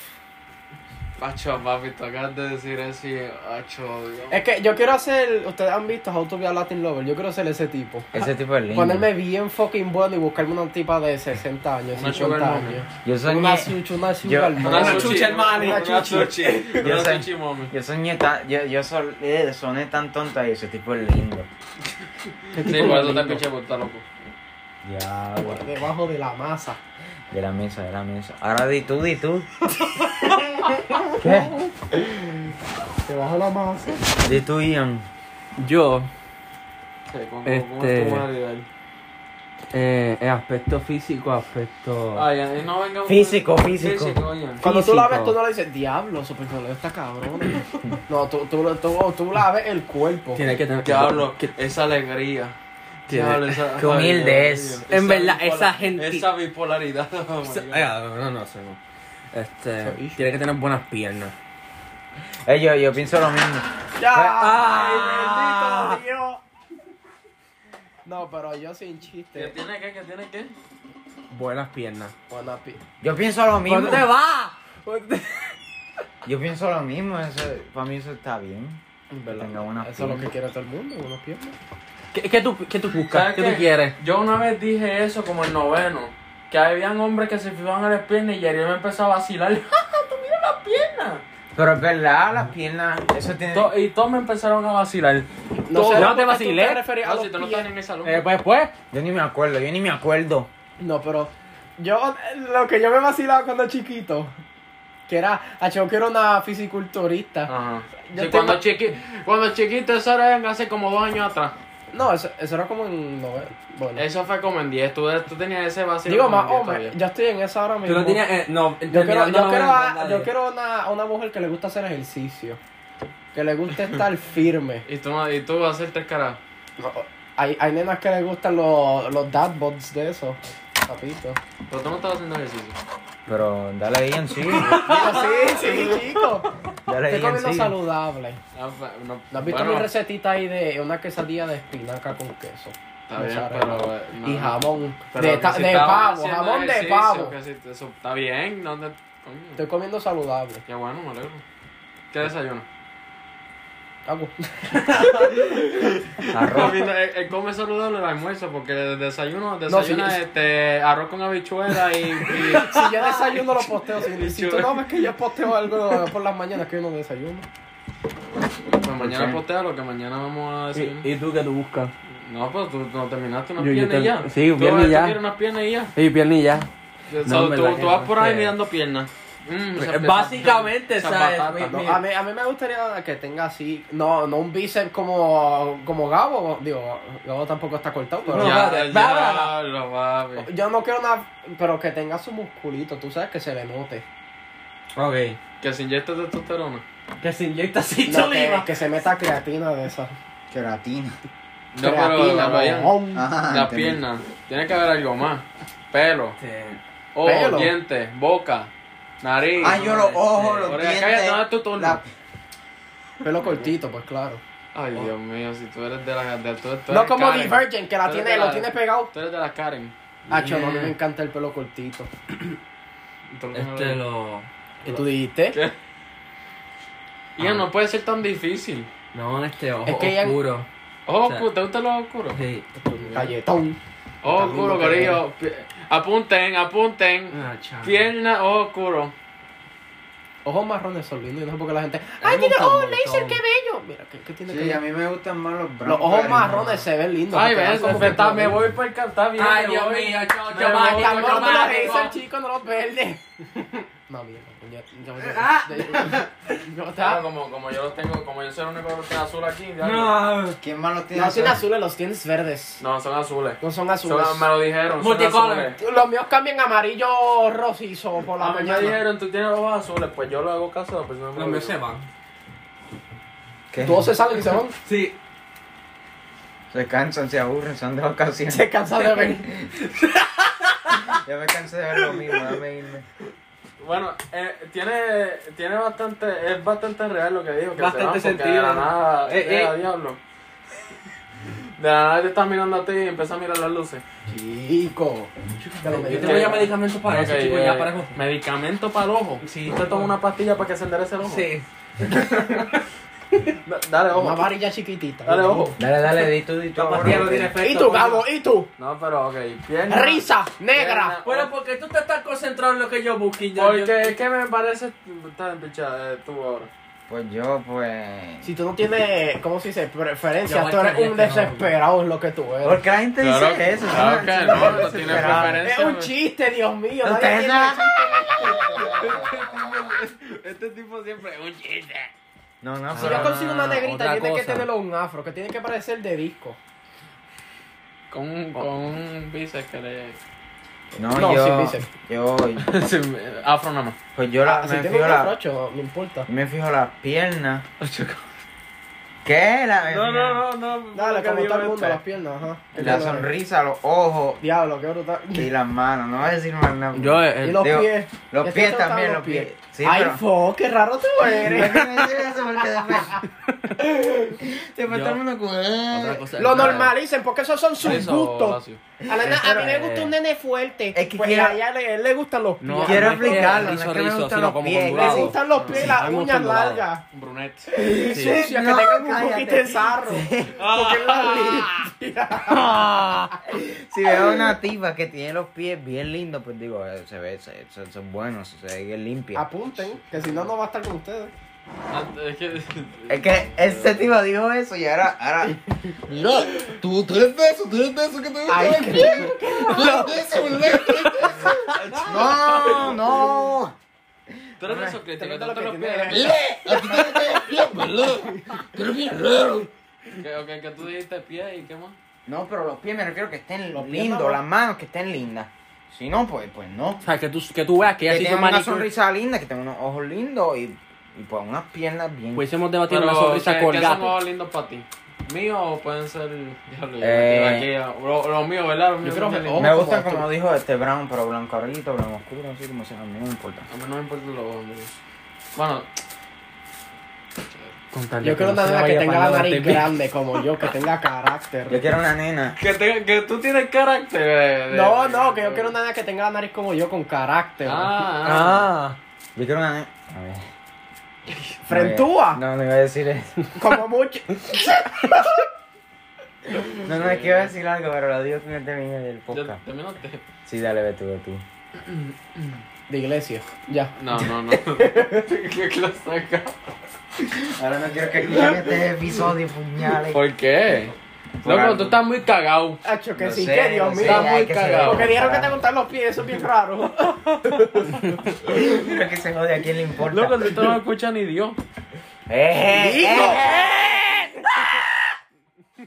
S2: Pacho, papi, tú acabas de decir eso y... Acho, Dios.
S5: Es que yo quiero hacer. Ustedes han visto How to be a Latin Lover. Yo quiero ser ese tipo.
S1: Ese tipo es lindo.
S5: Ponerme bien fucking bueno y buscarme una tipa de 60 años,
S2: Una
S5: 50
S2: sugar
S5: años.
S1: Yo soñé,
S5: Una chucha, una sugar
S1: Yo-
S5: mama.
S2: Una
S4: Una
S2: chuchi,
S4: chucha, hermano,
S2: una
S5: una
S2: chuchi.
S5: chuchi.
S2: Una
S1: Yo sé.
S2: chuchi, mami.
S1: yo soñé tan, yo, yo sol- eh, soné tan tonto y ese tipo es lindo.
S5: Qué
S2: Sí,
S5: tipo
S2: por eso
S5: lindo.
S2: te pinche por estar loco.
S1: Ya, güey.
S5: Debajo de la masa.
S1: De la mesa, de la mesa. Ahora di tú, di tú. ¿Qué?
S5: Debajo de la masa.
S1: Di tú, Ian.
S4: Yo,
S2: Sí, ¿cómo- cómo
S4: Este-
S2: es tu modalidad?
S4: eh, en aspecto físico, aspecto.
S2: Ay, ay, no venga un-
S1: Físico, físico.
S2: oye.
S5: Cuando tú la ves,
S4: Físico.
S5: tú no le dices, diablo, supermodelo está cabrón. No, tú, tú, tú, tú la ves el cuerpo.
S4: Tiene que tener.
S2: Diablo, esa alegría.
S4: Tiene-
S2: Diablo, esa-
S1: qué humilde es.
S2: Ay,
S4: En verdad,
S2: bipolar-
S4: esa gente-
S2: Esa bipolaridad. oh my God.
S4: Ay, ah, no, no, eso no. Este,
S5: Eso es.
S4: tiene que tener buenas piernas.
S1: Eh, yo, yo pienso lo mismo.
S5: ¡Ya!
S4: Ah.
S5: ¡Ay, bendito Dios! No, pero yo sin
S2: ¿Que
S5: chiste.
S2: tiene qué? ¿Que tiene qué?
S4: Buenas piernas.
S5: Buena pi-
S1: Yo pienso lo mismo.
S4: ¿Cuándo te vas? ¿Cuándo te-
S1: Yo pienso lo mismo. Eso, para mí eso está bien.
S5: en
S1: Tenga buenas
S5: Eso es lo
S1: piernas.
S5: que quiere todo el mundo, unas piernas.
S4: ¿Qué, qué tú, ¿Qué tú buscas?
S2: ¿Sabes
S4: ¿Qué,
S2: qué?
S4: tú quieres?
S2: Yo una vez dije eso como el noveno. Que habían hombres que se fijaban en las piernas y Ariel me empezó a vacilar. ¡Tú mira las piernas!
S1: Pero es verdad, las piernas. Eso tiene.
S2: To- y todos me empezaron a vacilar.
S5: No,
S4: sé, no te
S5: porque tú
S4: vacilé.
S5: te referías a los pies.
S2: en el salón.
S4: Eh, pues, pues.
S1: Yo ni me acuerdo, yo ni me acuerdo.
S5: No, pero yo lo que yo me vacilaba cuando chiquito, que era, ah, yo que era una fisiculturista.
S2: Ajá.
S5: Yo
S2: Sí,
S5: te-
S2: cuando, chiqui- cuando chiquito, eso era en hace como dos años atrás.
S5: No, eso, eso era como en nove- bueno.
S2: Eso fue como en 10. Tú, tú tenías ese vacío.
S5: Digo,
S2: como en
S5: más
S2: 10
S5: o menos,
S2: todavía.
S5: yo estoy en eso ahora mismo.
S4: Tú no tenías. eh, no,
S5: yo quiero,
S4: terminando
S5: yo quiero, a-
S4: novena,
S5: yo
S4: nadie.
S5: quiero una, una mujer que le gusta hacer ejercicio, que le gusta estar firme.
S2: Y tú, no- y tú vas a hacer tres caras.
S5: No, hay, hay nenas que le gustan los, los dad bods de eso, papito.
S2: Pero tú no estabas haciendo ejercicio.
S1: Pero dale Ian, sí.
S5: Digo, sí, sí, chico.
S1: Dale
S5: Estoy
S1: Ian,
S5: comiendo
S1: sí.
S5: saludable.
S2: Ah, fa- no,
S5: ¿No has visto
S2: bueno,
S5: mi recetita ahí de una quesadilla de espinaca con queso?
S2: Está
S5: Me
S2: bien,
S5: sabe,
S2: pero,
S5: ¿no?
S2: eh, no,
S5: y
S2: no.
S5: jamón.
S2: Pero
S5: de
S2: que
S5: ta-
S2: si
S5: de
S2: estabas
S5: pavo,
S2: haciendo
S5: jamón de
S2: ejercicio,
S5: pavo.
S2: que si te- eso está bien. No te- coño.
S5: Estoy comiendo saludable.
S2: Qué bueno, me alegro. ¿Qué desayuno?
S5: Hago.
S1: Arroz.
S2: Él come saludable el almuerzo porque el desayuno,
S5: sí,
S2: desayuna
S5: yo-
S2: este, arroz con habichuela y, y-
S5: Si yo desayuno, lo posteo. Si, si tú no ves que yo posteo algo por las mañanas, que yo no desayuno.
S2: Pues mañana
S1: Sí.
S2: postea lo que mañana vamos a desayunar.
S4: ¿Y, y tú qué tú buscas?
S2: No, pues tú no terminaste unas
S4: Yo- yo
S2: piernas y
S4: te-
S2: ya.
S4: sí,
S2: Tú-
S4: piernas y
S2: tú
S4: ya.
S2: quieres unas piernas y ya.
S4: Y piernilla.
S2: O sea,
S4: No, en
S2: tú,
S4: verdad que
S2: tú vas
S4: no,
S2: por ahí
S4: que-
S2: mirando piernas.
S5: Pues,
S2: Mm, esa-
S4: Básicamente,
S2: esa-
S4: ¿sabes?
S2: esa
S4: Mi-
S2: batata,
S5: No,
S2: ¿no?
S5: a, mí, a mí me gustaría que tenga así. No, no un bíceps como, como Gabo. Digo, Gabo tampoco está cortado, pero.
S4: No,
S2: Ya,
S4: vale,
S2: ya,
S4: vale.
S2: lo papi.
S5: Yo no quiero nada, pero que tenga su musculito, tú sabes que se le note.
S4: Ok.
S2: Que se inyecta testosterona.
S4: Que se inyecta así,
S5: No, que, que se meta creatina de esa.
S1: Queratina.
S2: No, pero
S5: creatina,
S2: Brian,
S5: mojón.
S1: Ajá,
S2: las
S1: entendí.
S2: piernas. Tiene que haber algo más. Pelo, ojo,
S5: Pelo.
S2: dientes, boca, nariz.
S1: Ah, yo los ojos, los
S2: Oreja,
S1: dientes.
S2: cállate, no es tu turno.
S1: la-
S5: Pelo cortito, pues claro.
S2: Ay, Dios mío, si tú eres de las... De, tú, tú
S5: No
S2: eres
S5: como
S2: Karen.
S5: Divergent, que la
S2: Tú
S5: tiene,
S2: eres de
S5: lo
S2: la-
S5: tiene pegado.
S2: Tú eres de las Karen.
S5: Hacho, no, a mí me encanta el pelo cortito.
S2: Tú eres de-
S4: Este lo.
S5: ¿Qué tú dijiste?
S2: ¿Qué?
S4: Ah.
S2: Ian, no puede ser tan difícil.
S4: No, este ojo
S5: Es que ya-
S4: oscuro.
S2: Ojo
S4: O sea- eh,
S2: oscuro, ¿te gustan los oscuros?
S4: Sí.
S5: Galletón.
S2: Ojo
S5: Está lindo
S2: oscuro,
S5: que
S2: corillo. Pi- Apunten, apunten.
S4: Ah, chaval.
S2: Pierna, ojo oscuro.
S5: Ojos marrones son lindos. Yo no sé por qué la gente.
S4: me
S5: ¡Ay, tiene
S4: gusta un
S5: ojos laser!
S4: montón.
S5: ¡Qué bello! Mira, ¿qué, qué tiene que
S1: Sí, a
S5: ver?
S1: mí me gustan más los blancos.
S5: Los ojos
S1: pero-
S5: marrones se ven lindos.
S2: Ay,
S5: se quedan
S2: ves,
S5: como que
S2: está,
S5: tú-
S2: me voy para el cartón.
S4: Ay, Dios mío, chao, chao,
S2: Me voy,
S5: Ay,
S4: mágico,
S5: amor, no
S4: chao,
S5: los
S4: mágico.
S5: laser, chico, no los verdes. No, mierda. Yo, yo, yo-
S4: Ah.
S5: yo- yo-
S2: Claro, Ah, como, como yo los tengo, como yo soy el único que tiene azul aquí. ya.
S4: No.
S1: ¿Quién más los tiene?
S5: No son
S1: acá?
S5: azules, los tienes verdes.
S2: No, son azules.
S5: No son
S2: Son-
S5: azules.
S2: me lo dijeron. son
S4: Multicolor.
S2: azules.
S5: Los míos cambian amarillo rojizo por la
S2: A mí me
S5: mañana.
S2: dijeron, tú tienes ojos azules, pues yo lo hago caso a la persona. que me
S4: Los
S2: lo
S4: míos
S2: dijo.
S4: se van.
S1: ¿Qué?
S5: Todos se salen y se van.
S4: Sí.
S1: Se cansan, se aburren, son de vacaciones.
S5: Se cansa de ver.
S1: Ya me cansé de ver lo mismo, dame irme.
S2: Bueno, eh, tiene, tiene bastante, es bastante Eh, real lo que dijo, que
S4: Bastante
S2: se van porque
S4: sentido.
S2: de la nada,
S4: Eh,
S2: eh,
S4: eh.
S2: diablo.
S6: De la nada te estás mirando a ti y empiezas a mirar las luces.
S5: Chico. Te lo
S6: Yo
S5: metí.
S6: te voy a llamar-
S4: medicamentos para
S6: Ok,
S4: eso, chico,
S6: eh,
S4: ya para eso.
S6: Medicamento para el ojo.
S4: Sí.
S6: ¿Tú te tomas una pastilla para que se enderece el ojo?
S4: Sí.
S6: Da- dale
S5: Una
S6: ojo.
S5: varilla chiquitita.
S6: Dale ojo.
S1: Dale, dale, di tú, di tú.
S4: La pastilla no tiene efecto.
S5: ¿Y tú,
S4: coño.
S5: Gabo? ¿Y tú?
S6: No, pero ok. Pierna.
S5: Risa negra.
S6: Pierna.
S4: Bueno, porque tú te estás concentrado en lo que yo busqué. ya yo-
S6: Porque es que me parece. Estás en picha eh, tú ahora.
S1: Pues yo, pues.
S5: Si tú no tienes, ¿cómo se dice? Preferencias,
S4: Ya,
S5: tú eres
S4: cállate,
S5: un
S4: no.
S5: desesperado, es lo que tú eres.
S1: ¿Por qué la gente
S2: Claro,
S1: dice eso?
S2: claro
S1: Son-
S2: que
S1: son
S2: no, no
S1: desesperados.
S2: tiene preferencia.
S5: Es un chiste, Dios mío. nadie
S1: Ustedes
S5: tiene-
S1: no-
S2: Este tipo siempre es un chiste.
S1: No, no,
S5: Si
S1: pero.
S5: yo consigo una
S4: Ah, otra
S5: negrita, tiene que
S4: cosa.
S5: tenerlo un afro, que tiene que parecer de disco.
S2: Con un,
S6: Oh.
S2: con un bíceps que le...
S1: No,
S5: No, sin
S1: yo.
S5: bíceps.
S1: Yo.
S2: Sí, Afro nada más.
S1: Pues yo la,
S5: Ah,
S1: me
S5: si tiene
S1: fijo
S5: un afro,
S1: la,
S5: ocho, no, no importa.
S1: me fijo las piernas. ¿Qué? La,
S6: No, no, no,
S4: Mm,
S6: no.
S5: Dale,
S6: que
S5: como
S6: digo
S5: todo el
S4: este.
S5: mundo,
S6: esto.
S5: las piernas, ajá.
S1: La sonrisa, los ojos
S5: Diablo, qué brutal.
S1: y las manos. No voy a decir más nada.
S6: Yo, eh,
S5: Y los
S1: Digo,
S5: pies.
S1: Los
S5: ¿Ya
S1: pies
S5: te han
S1: también,
S5: tocado
S1: los pies. Sí,
S5: Ay,
S1: pero-
S5: fo, qué raro tú eres.
S1: Déjame decir eso porque después. Después todo el mundo como, "Eh".
S2: Otra cosa.
S5: Lo normalicen, porque esos son sus
S2: Eso,
S5: gustos.
S2: Horacio.
S5: A, la nena- a mí
S4: Eh.
S5: me gusta un nene fuerte.
S1: Es que
S5: pues
S1: quiero-
S5: a ella le, él le gustan los pies.
S4: No,
S1: Quiero
S4: no es que
S1: explicarlo, no
S4: rizo,
S1: es que me
S4: rizo,
S1: gustan
S4: sino
S1: los
S4: como
S1: pies.
S5: le
S4: ondulado.
S5: gustan los pies,
S4: Sí,
S5: las
S4: me gusta
S5: uñas
S4: el dorado.
S5: largas.
S2: Brunette.
S5: Sí, sucias,
S1: No,
S5: que tengan un
S1: cállate.
S5: poquito de sarro. Porque es la
S1: Si veo una tipa que tiene los pies bien lindos, pues digo, eh, se ve, se, se- son buenos, se ve bien
S5: Ah,
S1: limpia.
S5: Apunten, que si no, no va a estar con ustedes.
S2: Ah, Es que...
S1: Es que este tipo dijo eso y ahora, ahora.
S5: Mira, tú tres besos, tres besos que te Ay, qué
S1: ¡No! ¡No!
S2: Tú eres de esos
S5: te
S2: críticos,
S5: gusta
S2: tú
S5: lo
S2: te
S5: que
S2: los
S5: tiene
S2: pierdes.
S5: grande. pues,
S2: Que- Ok, que tú dijiste pie y qué más.
S1: No, pero los pies me refiero que estén
S5: Los pies
S1: lindos,
S5: no.
S1: las manos que estén lindas. Si no, pues, pues no.
S4: O sea, que tú, que tú veas que
S1: Que
S4: ella se hizo
S1: tenga una
S4: manicure.
S1: sonrisa linda, que tenga unos ojos lindos y, y pues unas piernas bien.
S4: Pudiésemos debatir una
S2: Pero,
S4: sonrisa
S2: ¿qué, ¿qué son
S4: colgate.
S2: los lindos para ti? ¿Mío o pueden ser...? Diablo, yo
S1: Eh.
S2: aquí, aquí, Los lo míos, ¿verdad? Los míos
S5: creo
S2: son
S5: que-
S2: lindos.
S1: me
S5: Ojo,
S1: gustan
S5: como
S1: como
S5: tú.
S1: dijo este brown, pero blanco arrito, blanco oscuro, así como sea, a mí no me importa.
S2: A mí no me importan los ojos. mío. Bueno,
S4: Con tal de
S5: Yo quiero
S4: no
S5: una
S4: se
S5: nena que
S4: vaya
S5: tenga
S4: para
S5: la
S4: el lado
S5: nariz
S4: de mí.
S5: grande como yo, que tenga
S1: Yo
S5: carácter.
S1: quiero una nena.
S2: que, tenga- que tú tienes carácter. eh, de- de-
S5: No,
S2: de-
S5: no, que yo quiero una nena que tenga la nariz como yo, con carácter.
S2: Ah, ah.
S4: Ah,
S1: Yo quiero una nena. A ver.
S5: Frentúa.
S1: No, no iba a decir eso.
S5: Como mucho.
S1: No, no, es que iba a decir algo, pero lo digo que no termine del
S2: Ya
S1: podcast.
S2: terminaste.
S1: Sí, dale, ve tú, ve tú.
S5: De iglesia. Ya.
S2: No, no, no. ¿Qué clase acá?
S1: Ahora no quiero que escuchen este episodio, puñales.
S2: ¿Por qué?
S1: Por
S2: Loco,
S1: algo.
S2: tú estás muy cagado.
S5: Hacho, que
S1: No
S5: sí,
S1: sé,
S5: que Dios
S1: no
S5: mío.
S1: sé,
S2: Está
S1: ya,
S2: muy
S1: que se
S2: cagado.
S1: joda,
S5: Porque dijeron que te
S1: carajo.
S5: gustan los pies, eso es bien raro.
S1: Pero que se jode, ¿a quién le importa?
S2: Loco, tú no escuchas ni Dios.
S1: ¡Eh, eh,
S5: ¡Hijo!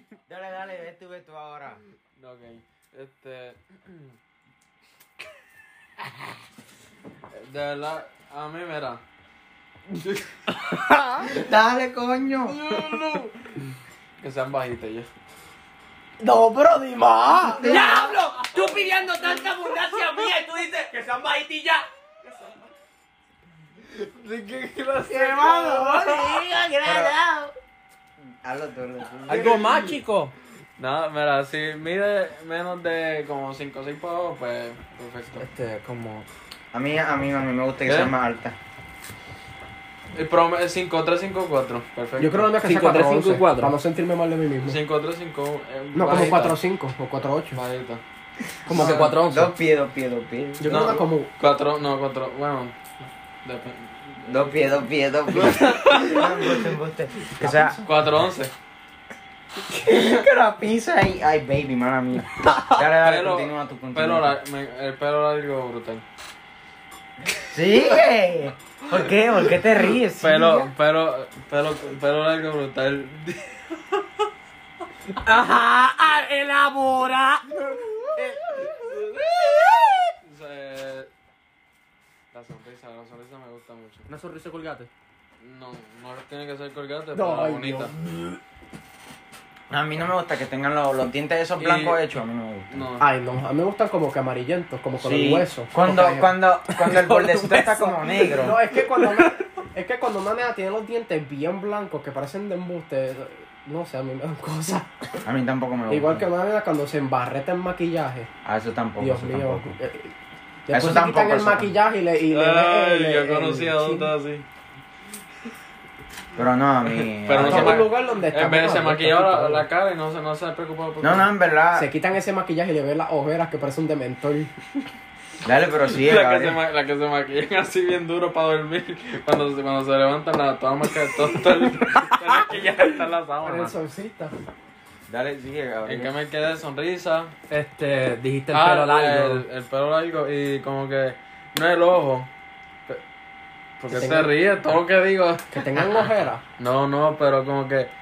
S1: eh! Dale, dale, ve tú, ve tú ahora.
S2: Ok, este. De verdad, a mí, mira.
S1: Dale, coño.
S2: Que sean bajitas ya.
S5: No, pero di más.
S4: ¡Diablo! Tú pidiendo tanta abundancia mía y tú dices que sean bajitas ya.
S1: Hazlo tú, hazlo tú.
S4: Algo más, chico.
S2: No, mira, si mide menos de como 5 o 6 pavos, pues perfecto.
S4: Este, como.
S1: A mí, a mí, a mí me gusta que
S2: ¿Eh?
S1: sea más alta.
S2: El promedio 5, 3, 5, 4. Perfecto.
S5: Yo creo que no es que sea
S4: 5, 3, 5 y
S5: 4
S4: cuatro.
S5: Para no sentirme mal de mí mismo.
S2: 5, 3, 5.
S5: No, como 4 o 5 o 4 o 8.
S2: Bajita.
S1: Ah.
S4: Como que 4
S1: Dos pies, dos pies, dos pies.
S5: Yo creo que como.
S2: 4, no, 4. Bueno, depende.
S1: Dos pies, dos pies, dos pies. Ah, embuste, embuste. Que sea,
S2: 4, 11.
S1: que la pizza y. Ay, baby, mala mía. Dale, dale,
S2: Pero-
S1: continúa tu continúa.
S2: Pelo, la- me- el pelo largo brutal.
S1: ¡Sigue! ¿Por qué? ¿Por qué te ríes? Sigue.
S2: Pelo, pelo, pelo, pelo largo brutal.
S4: Ajá, elabora.
S2: Eh, La sonrisa, la sonrisa me gusta mucho.
S4: Una sonrisa colgate.
S2: No, no tiene que ser colgate,
S5: No,
S2: pero
S5: ay,
S2: bonita.
S5: Dios.
S1: A mí no me gusta que tengan los, los dientes esos blancos
S2: Y-
S1: hechos. A mí no me gusta.
S2: No.
S5: Ay, no, a mí me gustan como que amarillentos, como con
S1: Sí,
S5: el hueso.
S1: Cuando,
S5: Porque-
S1: cuando, cuando el bordecito está como negro.
S5: No, es que cuando una, es que cuando una nena tiene los dientes bien blancos que parecen de embuste, no sé, a mí me dan cosas.
S1: A mí tampoco me lo
S5: Igual que
S1: gustan.
S5: Manela cuando se embarreta en maquillaje.
S1: A eso tampoco.
S5: Dios
S1: eso
S5: mío.
S1: tampoco.
S5: Eh, eh, Después
S1: Eso
S5: se
S1: tampoco,
S5: quitan el
S1: eso tampoco.
S5: maquillaje y le... Y le
S2: Ay,
S5: le-
S2: yo
S5: el- Ah,
S2: conocí a
S5: sí.
S2: dos así.
S1: Pero no, a mí.
S2: Pero no
S1: a mí-
S5: Estamos en
S2: se
S5: un lugar donde
S2: En vez de se
S5: estamos-
S2: maquillaba la, la cara y no se, no se preocupaba por
S1: No, no, en verdad.
S5: Se quitan ese maquillaje y le ven las ojeras que parece un dementor.
S1: Dale, pero sí.
S2: La que, se,
S1: Gabriel.
S2: ma- la que se maquillan así bien duro para dormir. Cuando se, cuando se levantan, la, toda la marca todo, todo el, el maquillaje está en la sábana.
S5: El solcita.
S1: Dale, sigue,
S2: ¿En
S1: Gabriel.
S2: qué me quedé? Sonrisa.
S4: Este, dijiste el
S2: Ah,
S4: pelo largo.
S2: El, el pelo largo y como que no el ojo. pe- Porque
S5: Que
S2: se
S5: tenga-
S2: ríe todo lo que digo.
S5: Que tengan ojeras.
S2: No, no, pero como que.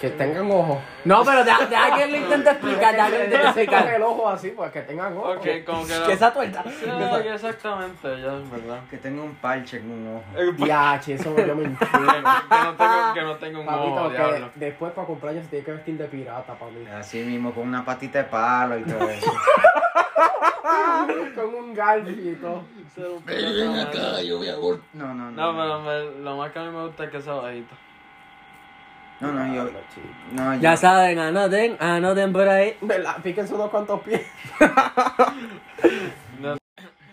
S5: Que tengan ojos.
S4: No, pero deja, deja que él lo intente explicar, deja que lo intente
S5: Que se coge
S4: explicar.
S5: el ojo así, pues que tengan ojos.
S2: Ok, como que.
S4: Que esa tuerta.
S2: Sí, no, que exactamente, ya es verdad.
S1: Que tengo un parche en un ojo.
S5: Ya, che, eso yo me
S2: Que
S5: entiendo.
S2: no tengo, que no tengo un ojo,
S5: Papito,
S2: diablo.
S5: que después para cumpleaños se tiene que vestir de pirata, para mí.
S1: Así mismo, con una patita de palo y todo eso.
S5: Con un galfito.
S6: Pero ven acá, yo voy a abortar.
S1: No, no,
S2: No,
S1: no.
S2: pero me- lo más que a mí me gusta es que esa bajita.
S1: No, no, yo. No, yo-
S4: Ya saben, anoten, anoten por ahí.
S5: ¿Verdad? Píquense unos cuantos pies.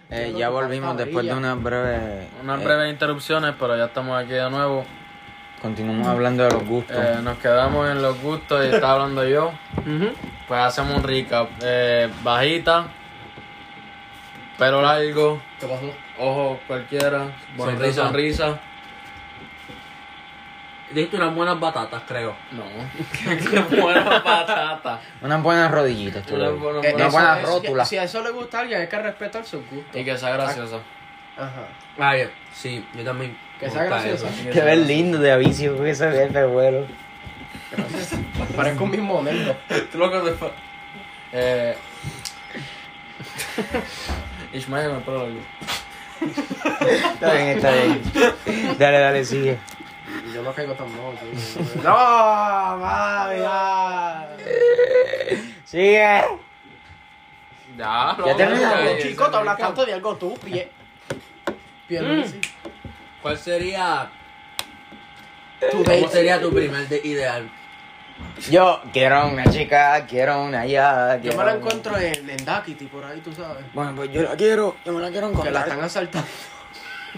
S1: Eh, ya volvimos después de una breve.
S2: Unas
S1: eh,
S2: breves interrupciones, pero ya estamos aquí de nuevo.
S1: continuamos hablando de los gustos.
S2: Eh, nos quedamos en los gustos y estaba hablando yo. Pues hacemos un recap. Eh, bajita, pelo largo,
S5: ¿Qué pasó?
S2: ojo cualquiera,
S4: Sonrisa.
S2: sonrisa, sonrisa.
S4: Dijiste unas buenas batatas, creo.
S2: No, qué buena patata.
S1: Unas buenas rodillitas, tú.
S2: Una
S1: lo-
S2: buena-
S1: Eh, Una
S2: eso
S1: buena rótula.
S5: Si a eso le gusta a alguien, hay que respetar su gusto.
S2: Y que sea graciosa.
S5: Ajá.
S4: Ah, bien. Sí, yo también.
S5: Que
S4: me
S5: sea
S4: gusta
S5: graciosa.
S4: eso.
S1: Te ves lindo de aviso, porque se ve de vuelo.
S5: Parezco un mismo momento.
S2: Tú loco de fa- Eh. Ismael me prueba algo.
S1: Está bien, está bien. Dale, dale, sigue.
S5: Yo no caigo tan mal. ¡No, mami! ya.
S1: Sigue.
S2: Ya,
S1: Ya terminamos,
S2: ok,
S5: Chico,
S2: ese
S5: tú hablas
S2: rica.
S5: tanto de algo tú, pie. Pie, no sé.
S4: ¿Cuál sería,
S5: Tu
S4: ¿Cómo
S5: date.
S4: sería tu primer de- ideal?
S1: Yo quiero una chica, quiero una ya.
S5: Yo
S1: quiero
S5: me la
S1: una-
S5: encuentro en, en Duckity, por ahí, tú sabes.
S1: Bueno, pues yo la quiero, yo me la quiero
S5: Que la
S1: encontrar.
S5: están asaltando.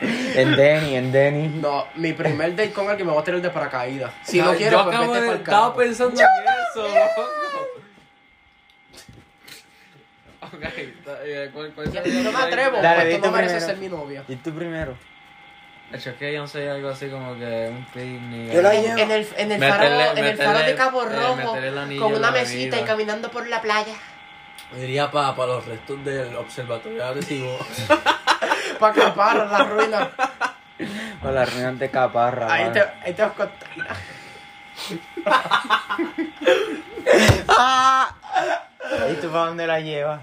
S1: En Denny, en Denny.
S5: No, mi primer date con alguien me va a tener de paracaídas. Si no
S4: Yo
S5: quiero, pues
S4: acabo de-
S5: vete para el
S4: Estaba
S5: carajo.
S4: pensando en eso.
S2: Ok, está- eh, ¿cuál- cuál
S5: Yo
S2: sería?
S5: no me atrevo,
S1: Dale,
S5: pues
S1: di
S5: tú
S1: tú
S5: no mereces
S1: primero.
S5: ser mi novia.
S1: ¿Y tú primero?
S2: Hecho, que yo no sé, algo así como que un picnic.
S1: Yo la
S2: algo.
S1: llevo. En
S5: el, en
S2: el faro- Métele- en el faro de métele- Cabo eh, Rojo, métele el anillo con en una la mesita bebida. y
S5: caminando por la playa.
S4: Iría para los restos del observatorio agresivo.
S5: Para escapar a la ruina.
S1: Ah, O la reunión de caparra.
S5: Ahí
S1: vale.
S5: te, ahí te vas a contar.
S1: ¿Y tú para dónde la llevas?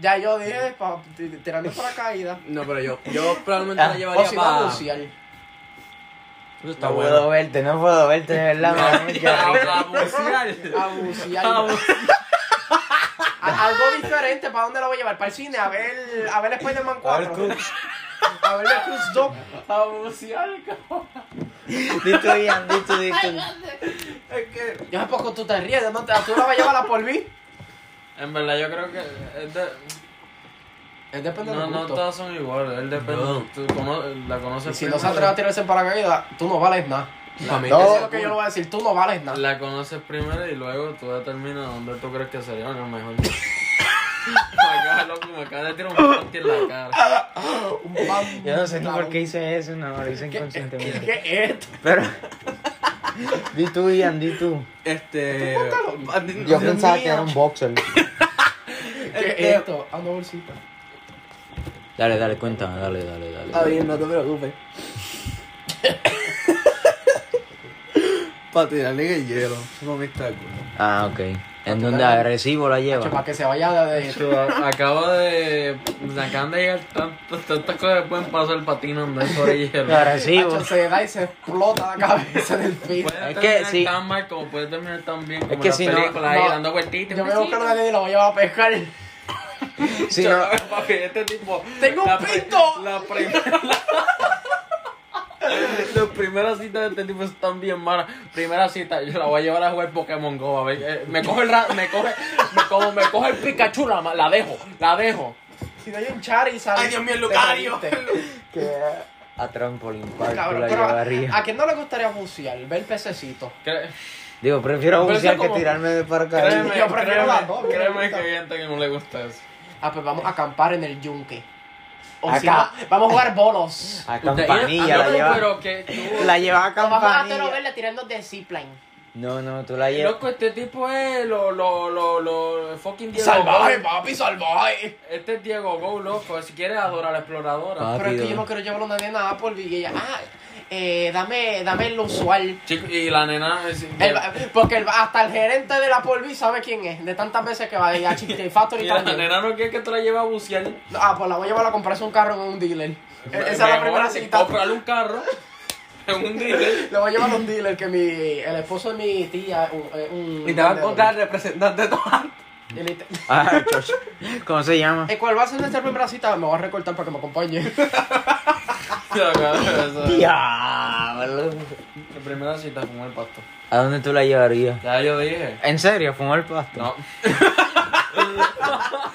S5: Ya yo dije, pa, t- tirando paracaídas.
S4: No, pero yo, yo probablemente
S1: Ah,
S4: la
S5: O
S4: llevaría
S5: si no, a
S4: para.
S5: bucear.
S1: No puedo verte, no puedo verte, de verdad, mamita.
S4: A bucear.
S5: A bucear. A- Algo diferente, ¿para dónde la voy a llevar? Para el cine, a ver, a ver Spider-Man
S1: A ver,
S5: 4. A ver la Cruz 2.
S4: A bucear,
S1: Di tú, Ian, di tú, di tú.
S5: Yo sé por qué tú te ríes, ¿de dónde? tú la vas a llevar a por mí.
S2: En verdad, yo creo que. es de-
S5: Es depende
S2: No,
S5: del
S2: no
S5: gusto.
S2: todas son iguales. Él depende.
S4: No.
S2: Tú cono- la conoces pues,
S5: Y si no se
S2: primero.
S5: atreve a tirarse en paracaídas, tú no vales nada.
S4: Para mí,
S1: No.
S5: Eso es lo que yo le voy a decir, tú no vales nada.
S2: La conoces primero y luego tú determinas dónde tú crees que sería lo mejor. acá, loco, me acaba de tirar un pati en la cara.
S5: Un pan-
S1: Yo no sé ni
S5: claro.
S1: por qué hice eso, no, lo hice inconscientemente.
S5: ¿Qué es esto?
S1: Pero. Di tú, Ian, di tú.
S4: Este.
S1: Yo pensaba que era un boxer.
S5: ¿Qué es esto? Ah, una bolsita.
S1: Dale, dale, cuéntame, dale, dale, dale.
S4: Está bien, no te preocupes.
S6: Para tirarle en el hielo. No me está
S1: Ah, ok. ¿En dónde agresivo la
S5: Che,
S1: lleva?
S5: Para que se vaya de... de-
S2: Yo acabo de. Me acaban de llegar tantas tantas cosas que pueden pasar patinando sobre hielo.
S1: Agresivo.
S5: Hacho, se da y se explota la cabeza del piso.
S2: Puede
S1: Es que
S2: terminar
S1: sí.
S2: tan mal como puede terminar tan bien como
S1: que
S2: en las
S1: si no-
S2: películas ahí
S5: no,
S2: dando vueltitas.
S5: Yo voy a buscar una nena y la voy a llevar a pescar.
S1: Si no,
S2: Papi, este tipo.
S5: ¡Tengo un
S2: la
S5: pito!
S2: La primera. Las primeras citas de este tipo están bien malas. Primera cita, yo la voy a llevar a jugar Pokémon Go. A ver, eh, me coge el ra- me coge, me, como me coge el Pikachu, la, ma- la dejo, la dejo.
S5: Si no hay un Charizard.
S2: Ay, Dios mío,
S5: te
S2: Lucario.
S5: jodiste.
S1: Que a Trampoline Park tú
S5: Cabrón,
S1: la
S5: pero a,
S1: llevarías.
S5: ¿a quién no le gustaría bucear? Ver pececitos.
S2: Cre-
S1: Digo, prefiero
S2: Pero eso
S1: bucear que
S2: como-
S1: tirarme de paracaídas.
S2: Créeme,
S5: Yo prefiero
S2: créeme,
S5: las dos,
S2: créeme
S5: me gusta.
S2: que hay gente que no le gusta eso.
S5: Ah, pues vamos a acampar en el yunque. O si
S1: Acá.
S5: no, vamos a jugar bolos.
S1: A
S2: Ustedes-
S1: campanilla
S2: ah,
S1: la
S2: no,
S1: lleva.
S2: Pero que tú-
S1: La lleva a
S5: Nos vamos a hacer
S1: campanilla.
S5: verla tirando de zipline.
S1: No, no, tú
S5: Eh,
S1: la llevas.
S2: Loco, este tipo es lo, lo, lo, lo, fucking Diego
S5: Salvaje,
S2: Go.
S5: papi, salvaje.
S2: Este es Diego Go, loco. Si quieres adorar a la exploradora.
S5: Pero es que yo no quiero llevarlo a nadie nada por y ella, ah, eh, dame, dame el usual.
S2: Chico, y la nena. es-
S5: El- porque el- hasta el gerente de la Polvi sabe quién es, de tantas veces que va a ir a Cheesecake Factory
S2: y la
S5: también.
S2: nena no quiere que te la lleve a bucear.
S5: No, Ah, pues la voy a llevar a comprarse un carro en un dealer. E- Esa es la
S2: Mejor,
S5: primera cita.
S2: Comprarle un carro en un dealer.
S5: Le voy a llevar a un dealer que mi, el esposo de mi tía un, eh, un
S4: Y te va a encontrar el representante de Toa.
S5: Y le-
S1: Ah, chocho. ¿Cómo se llama?
S5: ¿Y ¿Cuál va a ser nuestra primera cita? Me voy a recortar para que me acompañe.
S2: Ya, cabrón, eso.
S1: Diablo.
S2: La primera cita fue el pasto.
S1: ¿A dónde tú la llevarías?
S2: Ya yo dije.
S1: ¿En serio? ¿Fumar pasto?
S2: No.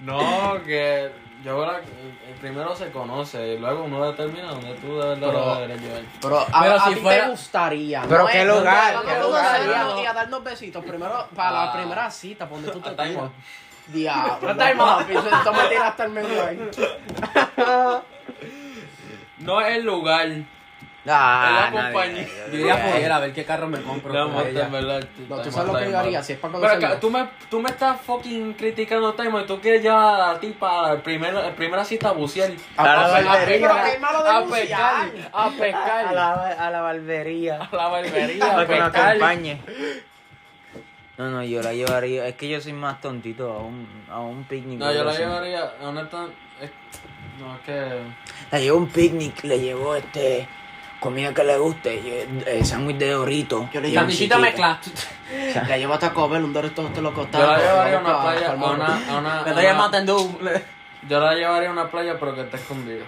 S2: no, que yo la, el primero se conoce y luego uno determina dónde tú de verdad
S5: Pero-
S2: lo deberías llevar.
S5: Pero a,
S2: Pero
S5: a
S2: si
S5: ti
S2: fuera-
S5: te gustaría.
S1: Pero qué
S5: es-
S1: lugar,
S5: no, no,
S1: qué
S5: no,
S1: lugar,
S5: sería
S2: claro.
S5: Y a darnos besitos primero para la
S2: Ah.
S5: primera cita, para donde tú te
S2: Hasta ahí,
S5: tiras.
S2: Juan.
S5: Diablo.
S2: Hasta ahí, Juan.
S5: papi, tú me tiras hasta el medio ahí.
S2: No es el lugar.
S1: Ah,
S2: Es la
S1: nadie.
S2: compañía.
S4: Yo iría a joder a ver qué carro me compro.
S2: No,
S4: con
S2: Monte,
S4: ella.
S2: en verdad.
S5: No, tú
S2: Time
S5: sabes
S2: out,
S5: lo que
S2: time
S5: yo
S2: out.
S5: haría si es para
S2: Pero acá,
S5: conocerlo.
S2: tú me, tú me estás fucking criticando Time y tú quieres llevar a la tipa a la primera, la primera cita a bucear.
S5: A
S1: A la
S5: pasar-
S1: barbería.
S5: pero qué malo de
S2: a
S5: bucear.
S2: pescar, a pescar,
S1: A la, a la barbería.
S2: a la barbería, a
S1: Para que me
S2: pescar.
S1: acompañe. No, no, yo la llevaría. Es que yo soy más tontito a un, a un picnic.
S2: No, yo la
S1: Así.
S2: llevaría, honestamente, es- no, es que...
S1: La llevo a un picnic, le llevo este. Comida que le guste, yo- eh, sándwich de dorito.
S5: Yo le
S1: y
S5: llevo
S1: salchichita.
S5: chiquita La llevo a Taco Bell, un dorito te lo
S2: Yo la
S5: costaba.
S2: llevaría a una playa, a una, a una,
S4: Le
S2: a
S4: doy el
S2: una-
S4: Mountain Dew. Le-
S2: yo la llevaría a una playa pero que esté escondida.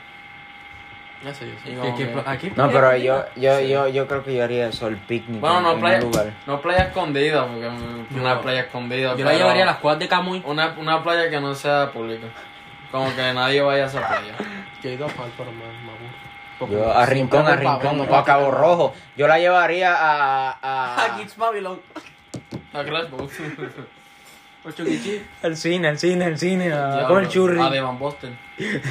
S4: Eso yo sé.
S2: Y como
S4: Aquí-
S2: que-
S4: aquí-
S1: No, pero yo, yo, yo, yo creo que yo haría eso, el picnic.
S2: Bueno,
S1: en-
S2: no
S1: en
S2: playa,
S1: un lugar.
S2: no playa escondida, porque mm, una playa escondida.
S4: Yo la
S2: pero-
S4: llevaría a las cuadras de Camuy.
S2: Una, una playa que no sea pública. Como que nadie vaya a esa playa.
S5: Yo he ido a Fal, pero me me aburro.
S1: Yo a Rincón, a
S5: Siempre voy pa-
S1: Rincón,
S5: voy
S1: o a
S5: pa-
S1: Cabo Rojo. Yo la llevaría a.
S2: Ah.
S1: a-
S4: A Kids Babylon.
S2: A Glasgow.
S4: O Chukichi.
S1: Al cine, al cine, al cine, a
S2: Ya,
S1: con el
S2: bro.
S1: churri.
S2: A Devon Boston.
S1: Dios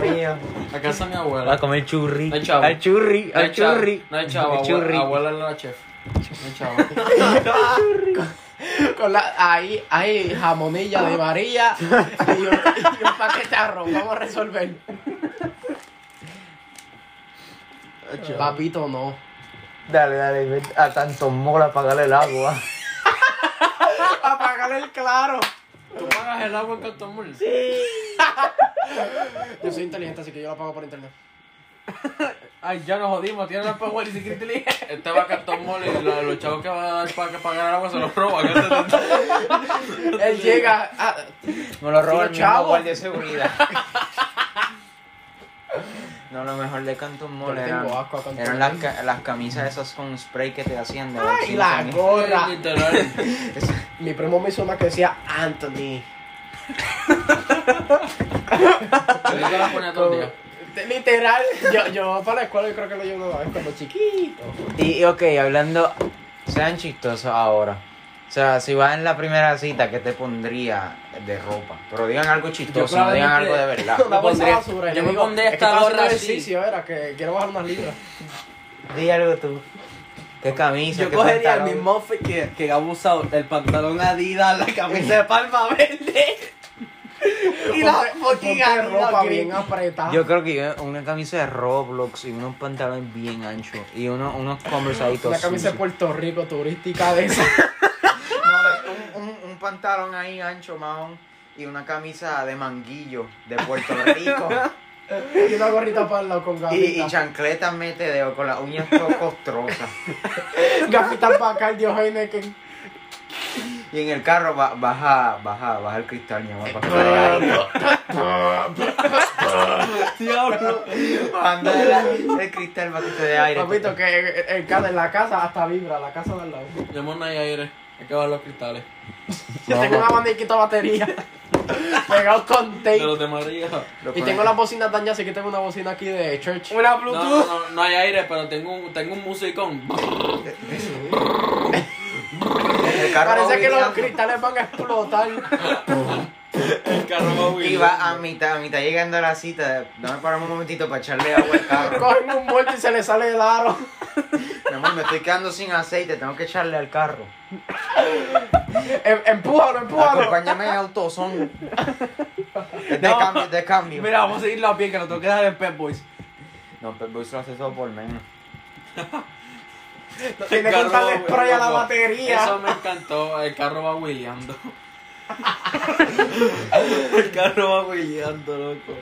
S1: mío.
S2: A casa de mi
S1: Va a
S2: abuela.
S1: comer churri.
S2: No hay chavo.
S1: Al churri,
S2: No hay
S1: al
S2: chavo,
S1: churri.
S2: No hay chavo.
S1: Al churri.
S2: Abuela, abuela era la chef. No hay chavo.
S5: Con la, ahí, ahí, jamonilla de María y un, y un paquete de arroz. Vamos a resolver. Papito, no.
S1: Dale, dale, ve a tanto mola a pagarle el agua.
S5: Apágale el claro.
S2: ¿Tú pagas el agua en Cantomul? Sí.
S5: Yo soy inteligente, así que yo lo pago por internet.
S2: Ay, ya nos jodimos. Tiene la paywall y si quieres inteligente. Este va a Cantomul y lo- los chavos que van a dar para pagar el agua se los roban.
S5: Él llega. ah,
S1: Me lo roba el
S5: Tío,
S1: mismo
S5: chavo.
S1: guardia de seguridad. No, lo mejor de Canton Mall
S5: Yo le
S1: eran,
S5: tengo asco a Canton
S1: eran
S5: Mall.
S1: las, ca- las camisas esas con spray que te hacían de
S5: ay,
S1: bolsillo
S5: la
S1: también.
S5: gorra.
S2: Literal.
S5: Mi primo me hizo una que decía Anthony.
S2: Yo te la ponía todo el día.
S5: Te- Literal, yo, yo para la escuela yo creo que lo llevo una vez cuando chiquito.
S1: Y, y, ok, hablando, sean chistosos ahora. O sea, si vas en la primera cita, ¿qué te pondría de ropa? Pero digan algo chistoso, no digan algo de verdad.
S5: Una bolsa
S4: pondría-
S5: basura,
S4: yo
S5: y le
S4: me
S5: digo,
S4: pondría
S5: "Es que
S4: esta
S5: estaba haciendo
S4: gorra así".
S5: ejercicio, era que quiero bajar unas libras.
S1: Di algo tú. ¿Qué camisa?
S4: Yo
S1: ¿Qué
S4: cogería el
S1: pantalón?
S4: mismo outfit que, que Gabo usaba, el pantalón Adidas, la camisa de palma verde y la
S5: Ponte-
S4: fucking
S5: ponte ropa
S4: ropa
S5: bien apretada.
S1: Yo creo que yo una camisa de Roblox y unos pantalones bien anchos y uno- unos Converse ahí todos
S5: una camisa
S1: sucios.
S5: de Puerto Rico turística de esa.
S1: No, de- un, un- un pantalón ahí ancho, maón, y una camisa de manguillo de Puerto Rico.
S5: y una gorrita para el lado con
S1: y, y
S5: gafitas.
S1: chancletas metedeo con las uñas todo costrosas.
S5: gafitas para acá, el Dios Heineken.
S1: Y en el carro ba- baja, baja, baja el cristal, mi amor, para que salga aire.
S5: Diablo.
S1: Bajando el, el cristal para que se dé aire.
S5: Papito, que en, en casa- en la casa hasta vibra, la casa del lado.
S2: Llamó a aire. Hay que bajar los cristales.
S5: Yo tengo una bandiquita de batería. Pegado con
S2: De
S5: tape.
S2: los de María.
S1: Lo
S5: Y
S1: pones-
S5: tengo las bocinas dañadas, así que tengo una bocina aquí de church.
S6: Una
S2: No, no,
S6: Bluetooth.
S2: no, no hay aire, pero tengo un, tengo un musicón.
S1: el carro va
S5: Parece que los
S1: virando.
S5: cristales van a explotar.
S2: El carro va
S1: Y
S2: huir.
S1: va a mitad, a mitad llegando a la cita. Dame para un momentito para echarle agua al carro.
S5: Cogen un muerto y se le sale el aro.
S1: Mi amor, me estoy quedando sin aceite, tengo que echarle al carro.
S5: Em- empújalo, empújalo.
S1: Acompáñame a autosón. Es de cambio, es de cambio.
S6: Mira, vamos a seguir la pie que nos tengo que dar en Pep Boys.
S1: No, pues, pero Boys lo hace todo por menos.
S5: Tiene que
S2: Carro,
S5: darle spray a la
S2: loco.
S5: batería.
S2: Eso me encantó. El carro va huileando. el carro va huileando, loco.
S1: pues.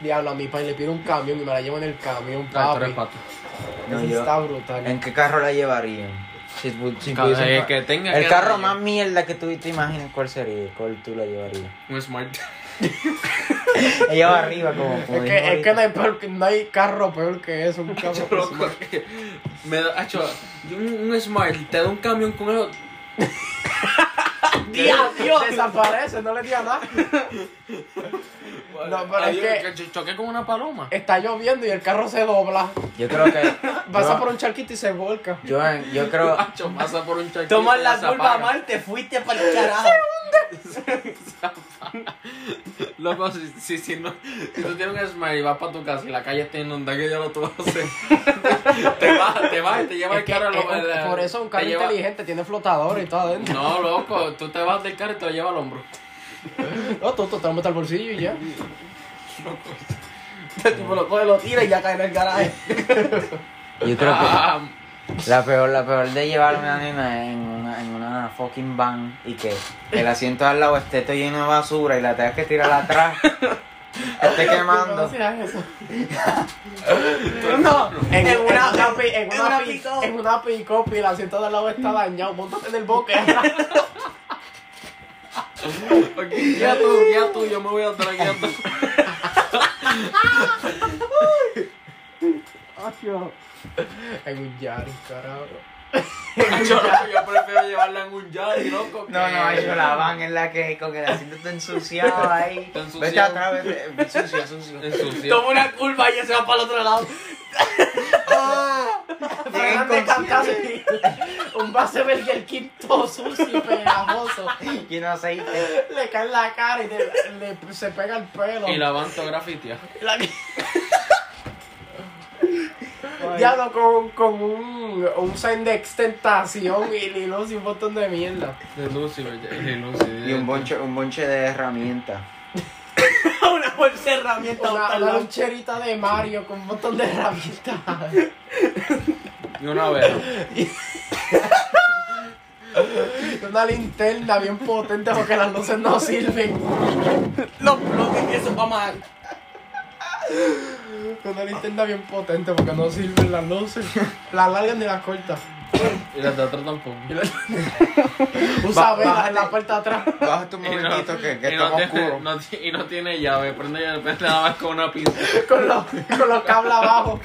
S5: Diablo, a mi país le pido un camión y me la llevo en el camión,
S1: Ah,
S2: Ah,
S5: papi.
S1: No,
S5: Eso
S1: yo-
S5: está brutal.
S1: ¿En qué carro la llevarían? Si- si
S4: eh,
S1: pudiesen-
S2: El que tenga
S1: el
S2: que
S1: carro
S2: darle.
S1: más mierda que tú te imaginas, ¿cuál sería? ¿Cuál tú la llevarías?
S2: Un smart.
S1: Ella va arriba como... como dijo
S5: Es que, es que
S1: ahorita.
S5: no, hay peor que- no hay carro peor que eso, un carro.
S2: Yo, loco, que me da, acho, yo un, un smart, te da un camión con eso.
S5: Dios, Dios. Desaparece, no le diga nada. No, pero es
S2: Adiós,
S5: que-
S2: cho- choqué con una paloma.
S5: Está lloviendo y el carro se dobla.
S1: Yo creo que...
S5: Pasa
S1: yo-
S5: por un charquito y se volca.
S1: yo, en- yo creo...
S2: Acho, Ah, pasa por un charquito.
S6: Tomas
S2: y
S6: la
S2: se
S6: curva
S2: apaga.
S6: mal, te fuiste para el carajo.
S2: Loco, si, si, si, no, si tú tienes un smart y vas para tu casa y la calle está inundada, ¿qué diablo tú vas a hacer? te vas, te vas y te lleva
S5: Es
S2: el
S5: que,
S2: carro. a lo-
S5: eh,
S2: eh,
S5: por eso un
S2: te
S5: carro
S2: lleva-
S5: inteligente tiene flotador y todo adentro.
S2: No, loco, tú te vas del carro y te lo llevas al hombro.
S5: No, tú, tú te lo metes al bolsillo y ya.
S6: Este tipo lo coge, lo tira y ya cae en el garaje.
S1: Yo creo que
S2: Ah,
S1: la peor, la peor de llevarme a una nena es en una, en una fucking van y que el asiento al lado esté todo lleno de basura y la tengas que tirar atrás. esté quemando.
S6: No,
S5: En, en una, una pi- en
S6: en
S5: una
S6: una
S5: pi-
S6: pick-up.
S5: en una pick-up y el asiento del lado está dañado. Póntate en el boque.
S2: ok, guía tú, guía tú, yo me voy a atrás, guía tú.
S5: en un Yaris, carajo.
S2: Acho, loco, yo prefiero llevarla en un Yari, loco. que-
S1: No, no, yo la van en la que con el asiento está ensuciado ahí.
S2: Está ensuciado.
S1: Vete atrás, vete, sucio, sucio.
S2: Ensucia.
S6: toma una curva y ya se va para el otro lado.
S1: Llega
S5: Fernández
S1: inconsciente,
S5: Cantasi. un base el quinto sucio y pegajoso.
S1: lleno de aceite.
S5: Le cae en la cara y le, le- se pega el pelo.
S2: Y la van toda grafitia.
S5: Diablo con, con un, un sign de extentación y lilos y un montón de mierda.
S2: De Lucy, de Lucy.
S1: Y un bonche, un bonche de herramientas.
S6: una bolsa de herramientas.
S5: Una,
S6: botarla.
S5: una loncherita de Mario con un montón de herramientas.
S2: Y una vela.
S5: Una linterna bien potente porque las luces no sirven.
S6: Los bloques, eso va mal.
S5: Una linterna bien potente porque no sirven las luces. Las largas ni las cortas.
S2: Y la de atrás tampoco.
S5: Usa
S1: Ba-
S5: velas
S1: bájate.
S5: en la parte de atrás.
S1: Baja tu
S2: Y no-
S1: momentito que, que
S2: y no
S1: estamos
S2: tiene-
S1: oscuro.
S2: no ti- y no tiene llave, prende llave, prende nada más con una pinza.
S5: Con los, con los cables abajo.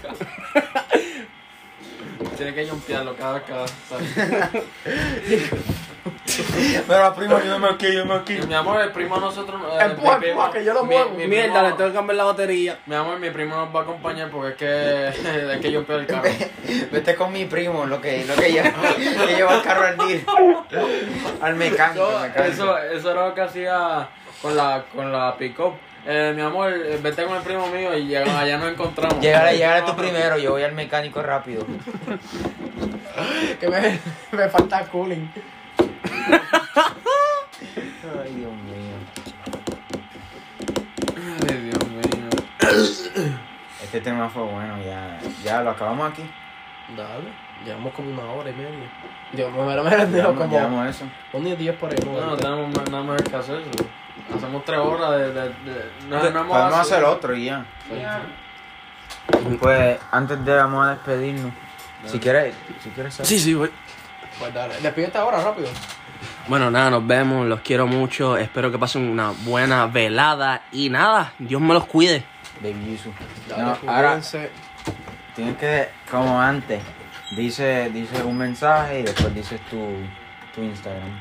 S2: Tiene que jumpearlo cada vez que va, ¿sabes?
S1: Mira, primo, ayúdame aquí, ayúdame aquí.
S2: Mi amor, el primo a nosotros. eh,
S5: Empuja,
S2: mi primo-
S5: empuja, que yo lo
S2: mi-
S5: muevo.
S2: mi
S6: Mierda,
S2: primo-
S6: le tengo que cambiar la batería.
S2: Mi amor, mi primo nos va a acompañar porque es que. es que yo el carro.
S1: Vete con mi primo, lo que, lo que lleva, que lleva el carro al día. Al mecánico, al
S2: Eso,
S1: mecánico.
S2: eso, eso era lo que hacía con la, con la pick-up. Eh, mi amor, eh, vete con el primo mío y llega- allá nos encontramos.
S1: Llegaré, llegaré tú primero, yo voy al mecánico rápido.
S5: Que me, me falta cooling.
S1: Ay, Dios mío.
S2: Ay, Dios mío.
S1: Este tema fue bueno, ya, ya lo acabamos aquí.
S5: Dale, llevamos como una hora y media. Yo me hubiera merendado
S1: Llevamos,
S5: como
S1: llevamos eso.
S5: un y diez por ahí.
S2: No, no
S5: ¿no?
S2: tenemos más- nada más que hacer. ¿no? Hacemos tres horas de. de, de- no, no hemos
S1: Podemos
S2: hace-
S1: hacer otro y ya. Pues antes de vamos a despedirnos. Si quieres, si quieres
S4: Sí, sí, voy.
S5: Pues dale, despídete ahora rápido.
S3: Bueno, nada, nos vemos. Los quiero mucho. Espero que pasen una buena velada. Y nada, Dios me los cuide.
S1: Baby Jesus. No,
S5: pues,
S1: ahora tienes que, como antes, dice, dice un mensaje y después dices tu, tu Instagram.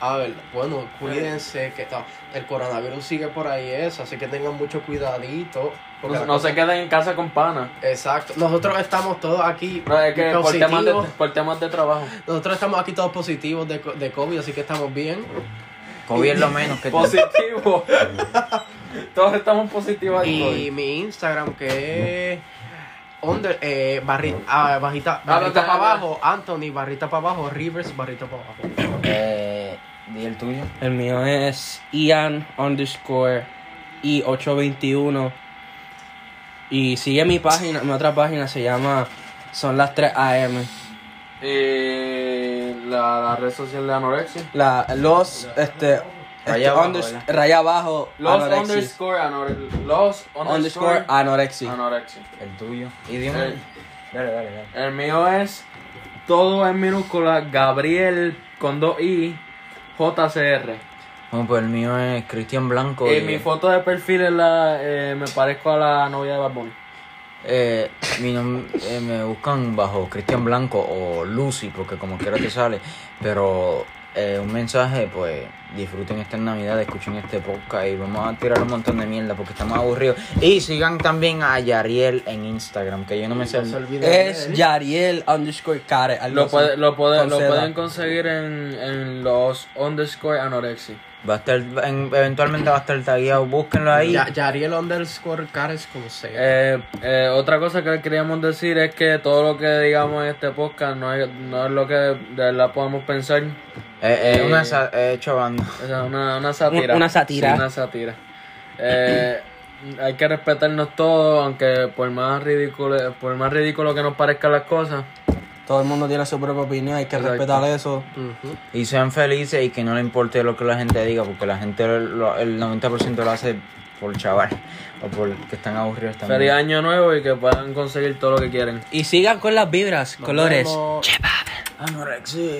S5: A ver,
S2: Eh.
S5: bueno, cuídense que está, el coronavirus sigue por ahí eso, así que tengan mucho cuidadito. porque
S2: No,
S5: la
S2: no
S5: cosa-
S2: se queden en casa con panas.
S5: Exacto. Nosotros estamos todos aquí
S2: No, es que por temas, de,
S5: positivos.
S2: por temas de trabajo.
S5: Nosotros estamos aquí todos positivos de, co- de COVID, así que estamos bien.
S1: COVID es lo menos que
S2: Pues
S1: te...
S2: Positivo. Todos estamos positivos. al
S5: Y
S2: COVID.
S5: mi Instagram que es under- eh, barri- ah, bajita,
S2: Ah,
S5: barrita
S2: no, no,
S5: para
S2: no.
S5: abajo, Anthony, barrita para abajo, Rivers, barrita para abajo.
S1: Eh, ¿Y el tuyo?
S3: El mío es Ian underscore I821. Y sigue mi página, mi otra página se llama Son las 3 AM.
S2: Eh, la, la red social de Anorexia.
S3: La, los, este,
S1: Raya abajo,
S3: unders-
S1: ¿verdad?
S3: raya abajo,
S2: Los
S3: anorexis.
S2: underscore anorexia. Los
S3: underscore
S2: underscore
S3: anorexia.
S2: anorexia.
S1: El tuyo. Y dime...
S2: Eh.
S1: Dale, dale, dale.
S2: El mío es todo en minúscula Gabriel con dos i JCR.
S1: No, pues el mío es Cristian Blanco.
S2: Y Eh, mi foto de perfil es la eh, me parezco a la novia de Barbón.
S1: Eh, mi nom- eh, me buscan bajo Cristian Blanco o Lucy, porque como quiera te sale. Pero eh, un mensaje, pues disfruten esta Navidad, escuchen este podcast y vamos a tirar un montón de mierda porque estamos aburridos. Y sigan también a Yariel en Instagram, que yo no me sé. el-
S3: Es Yariel underscore Care. algo
S2: Lo,
S3: así.
S2: puede- lo, puede-
S3: Con
S2: lo
S3: Z.
S2: pueden conseguir en, en los underscore anorexia.
S1: Va a estar, en- eventualmente va a estar tagueado, búsquenlo ahí.
S5: Ya- Yariel underscore Cares como sea.
S2: Eh, eh, otra cosa que queríamos decir es que todo lo que digamos en este podcast no es, no es lo que de verdad podemos pensar.
S1: Eh, eh, una
S2: eh,
S1: sa- eh, chavando.
S2: O sea, una, una sátira.
S3: Un- una sátira.
S2: Sí, una sátira. Eh, hay que respetarnos todos, aunque por más ridículo, por más ridículo que nos parezcan las cosas.
S3: Todo el mundo tiene su propia opinión, hay que
S2: Exacto.
S3: respetar eso.
S1: Y sean felices y que no le importe lo que la gente diga, porque la gente, lo- el 90% lo hace por chaval o por que están aburridos también.
S2: Feliz año nuevo y que puedan conseguir todo lo que quieren.
S3: Y sigan con las vibras, colores.
S1: Anorexia.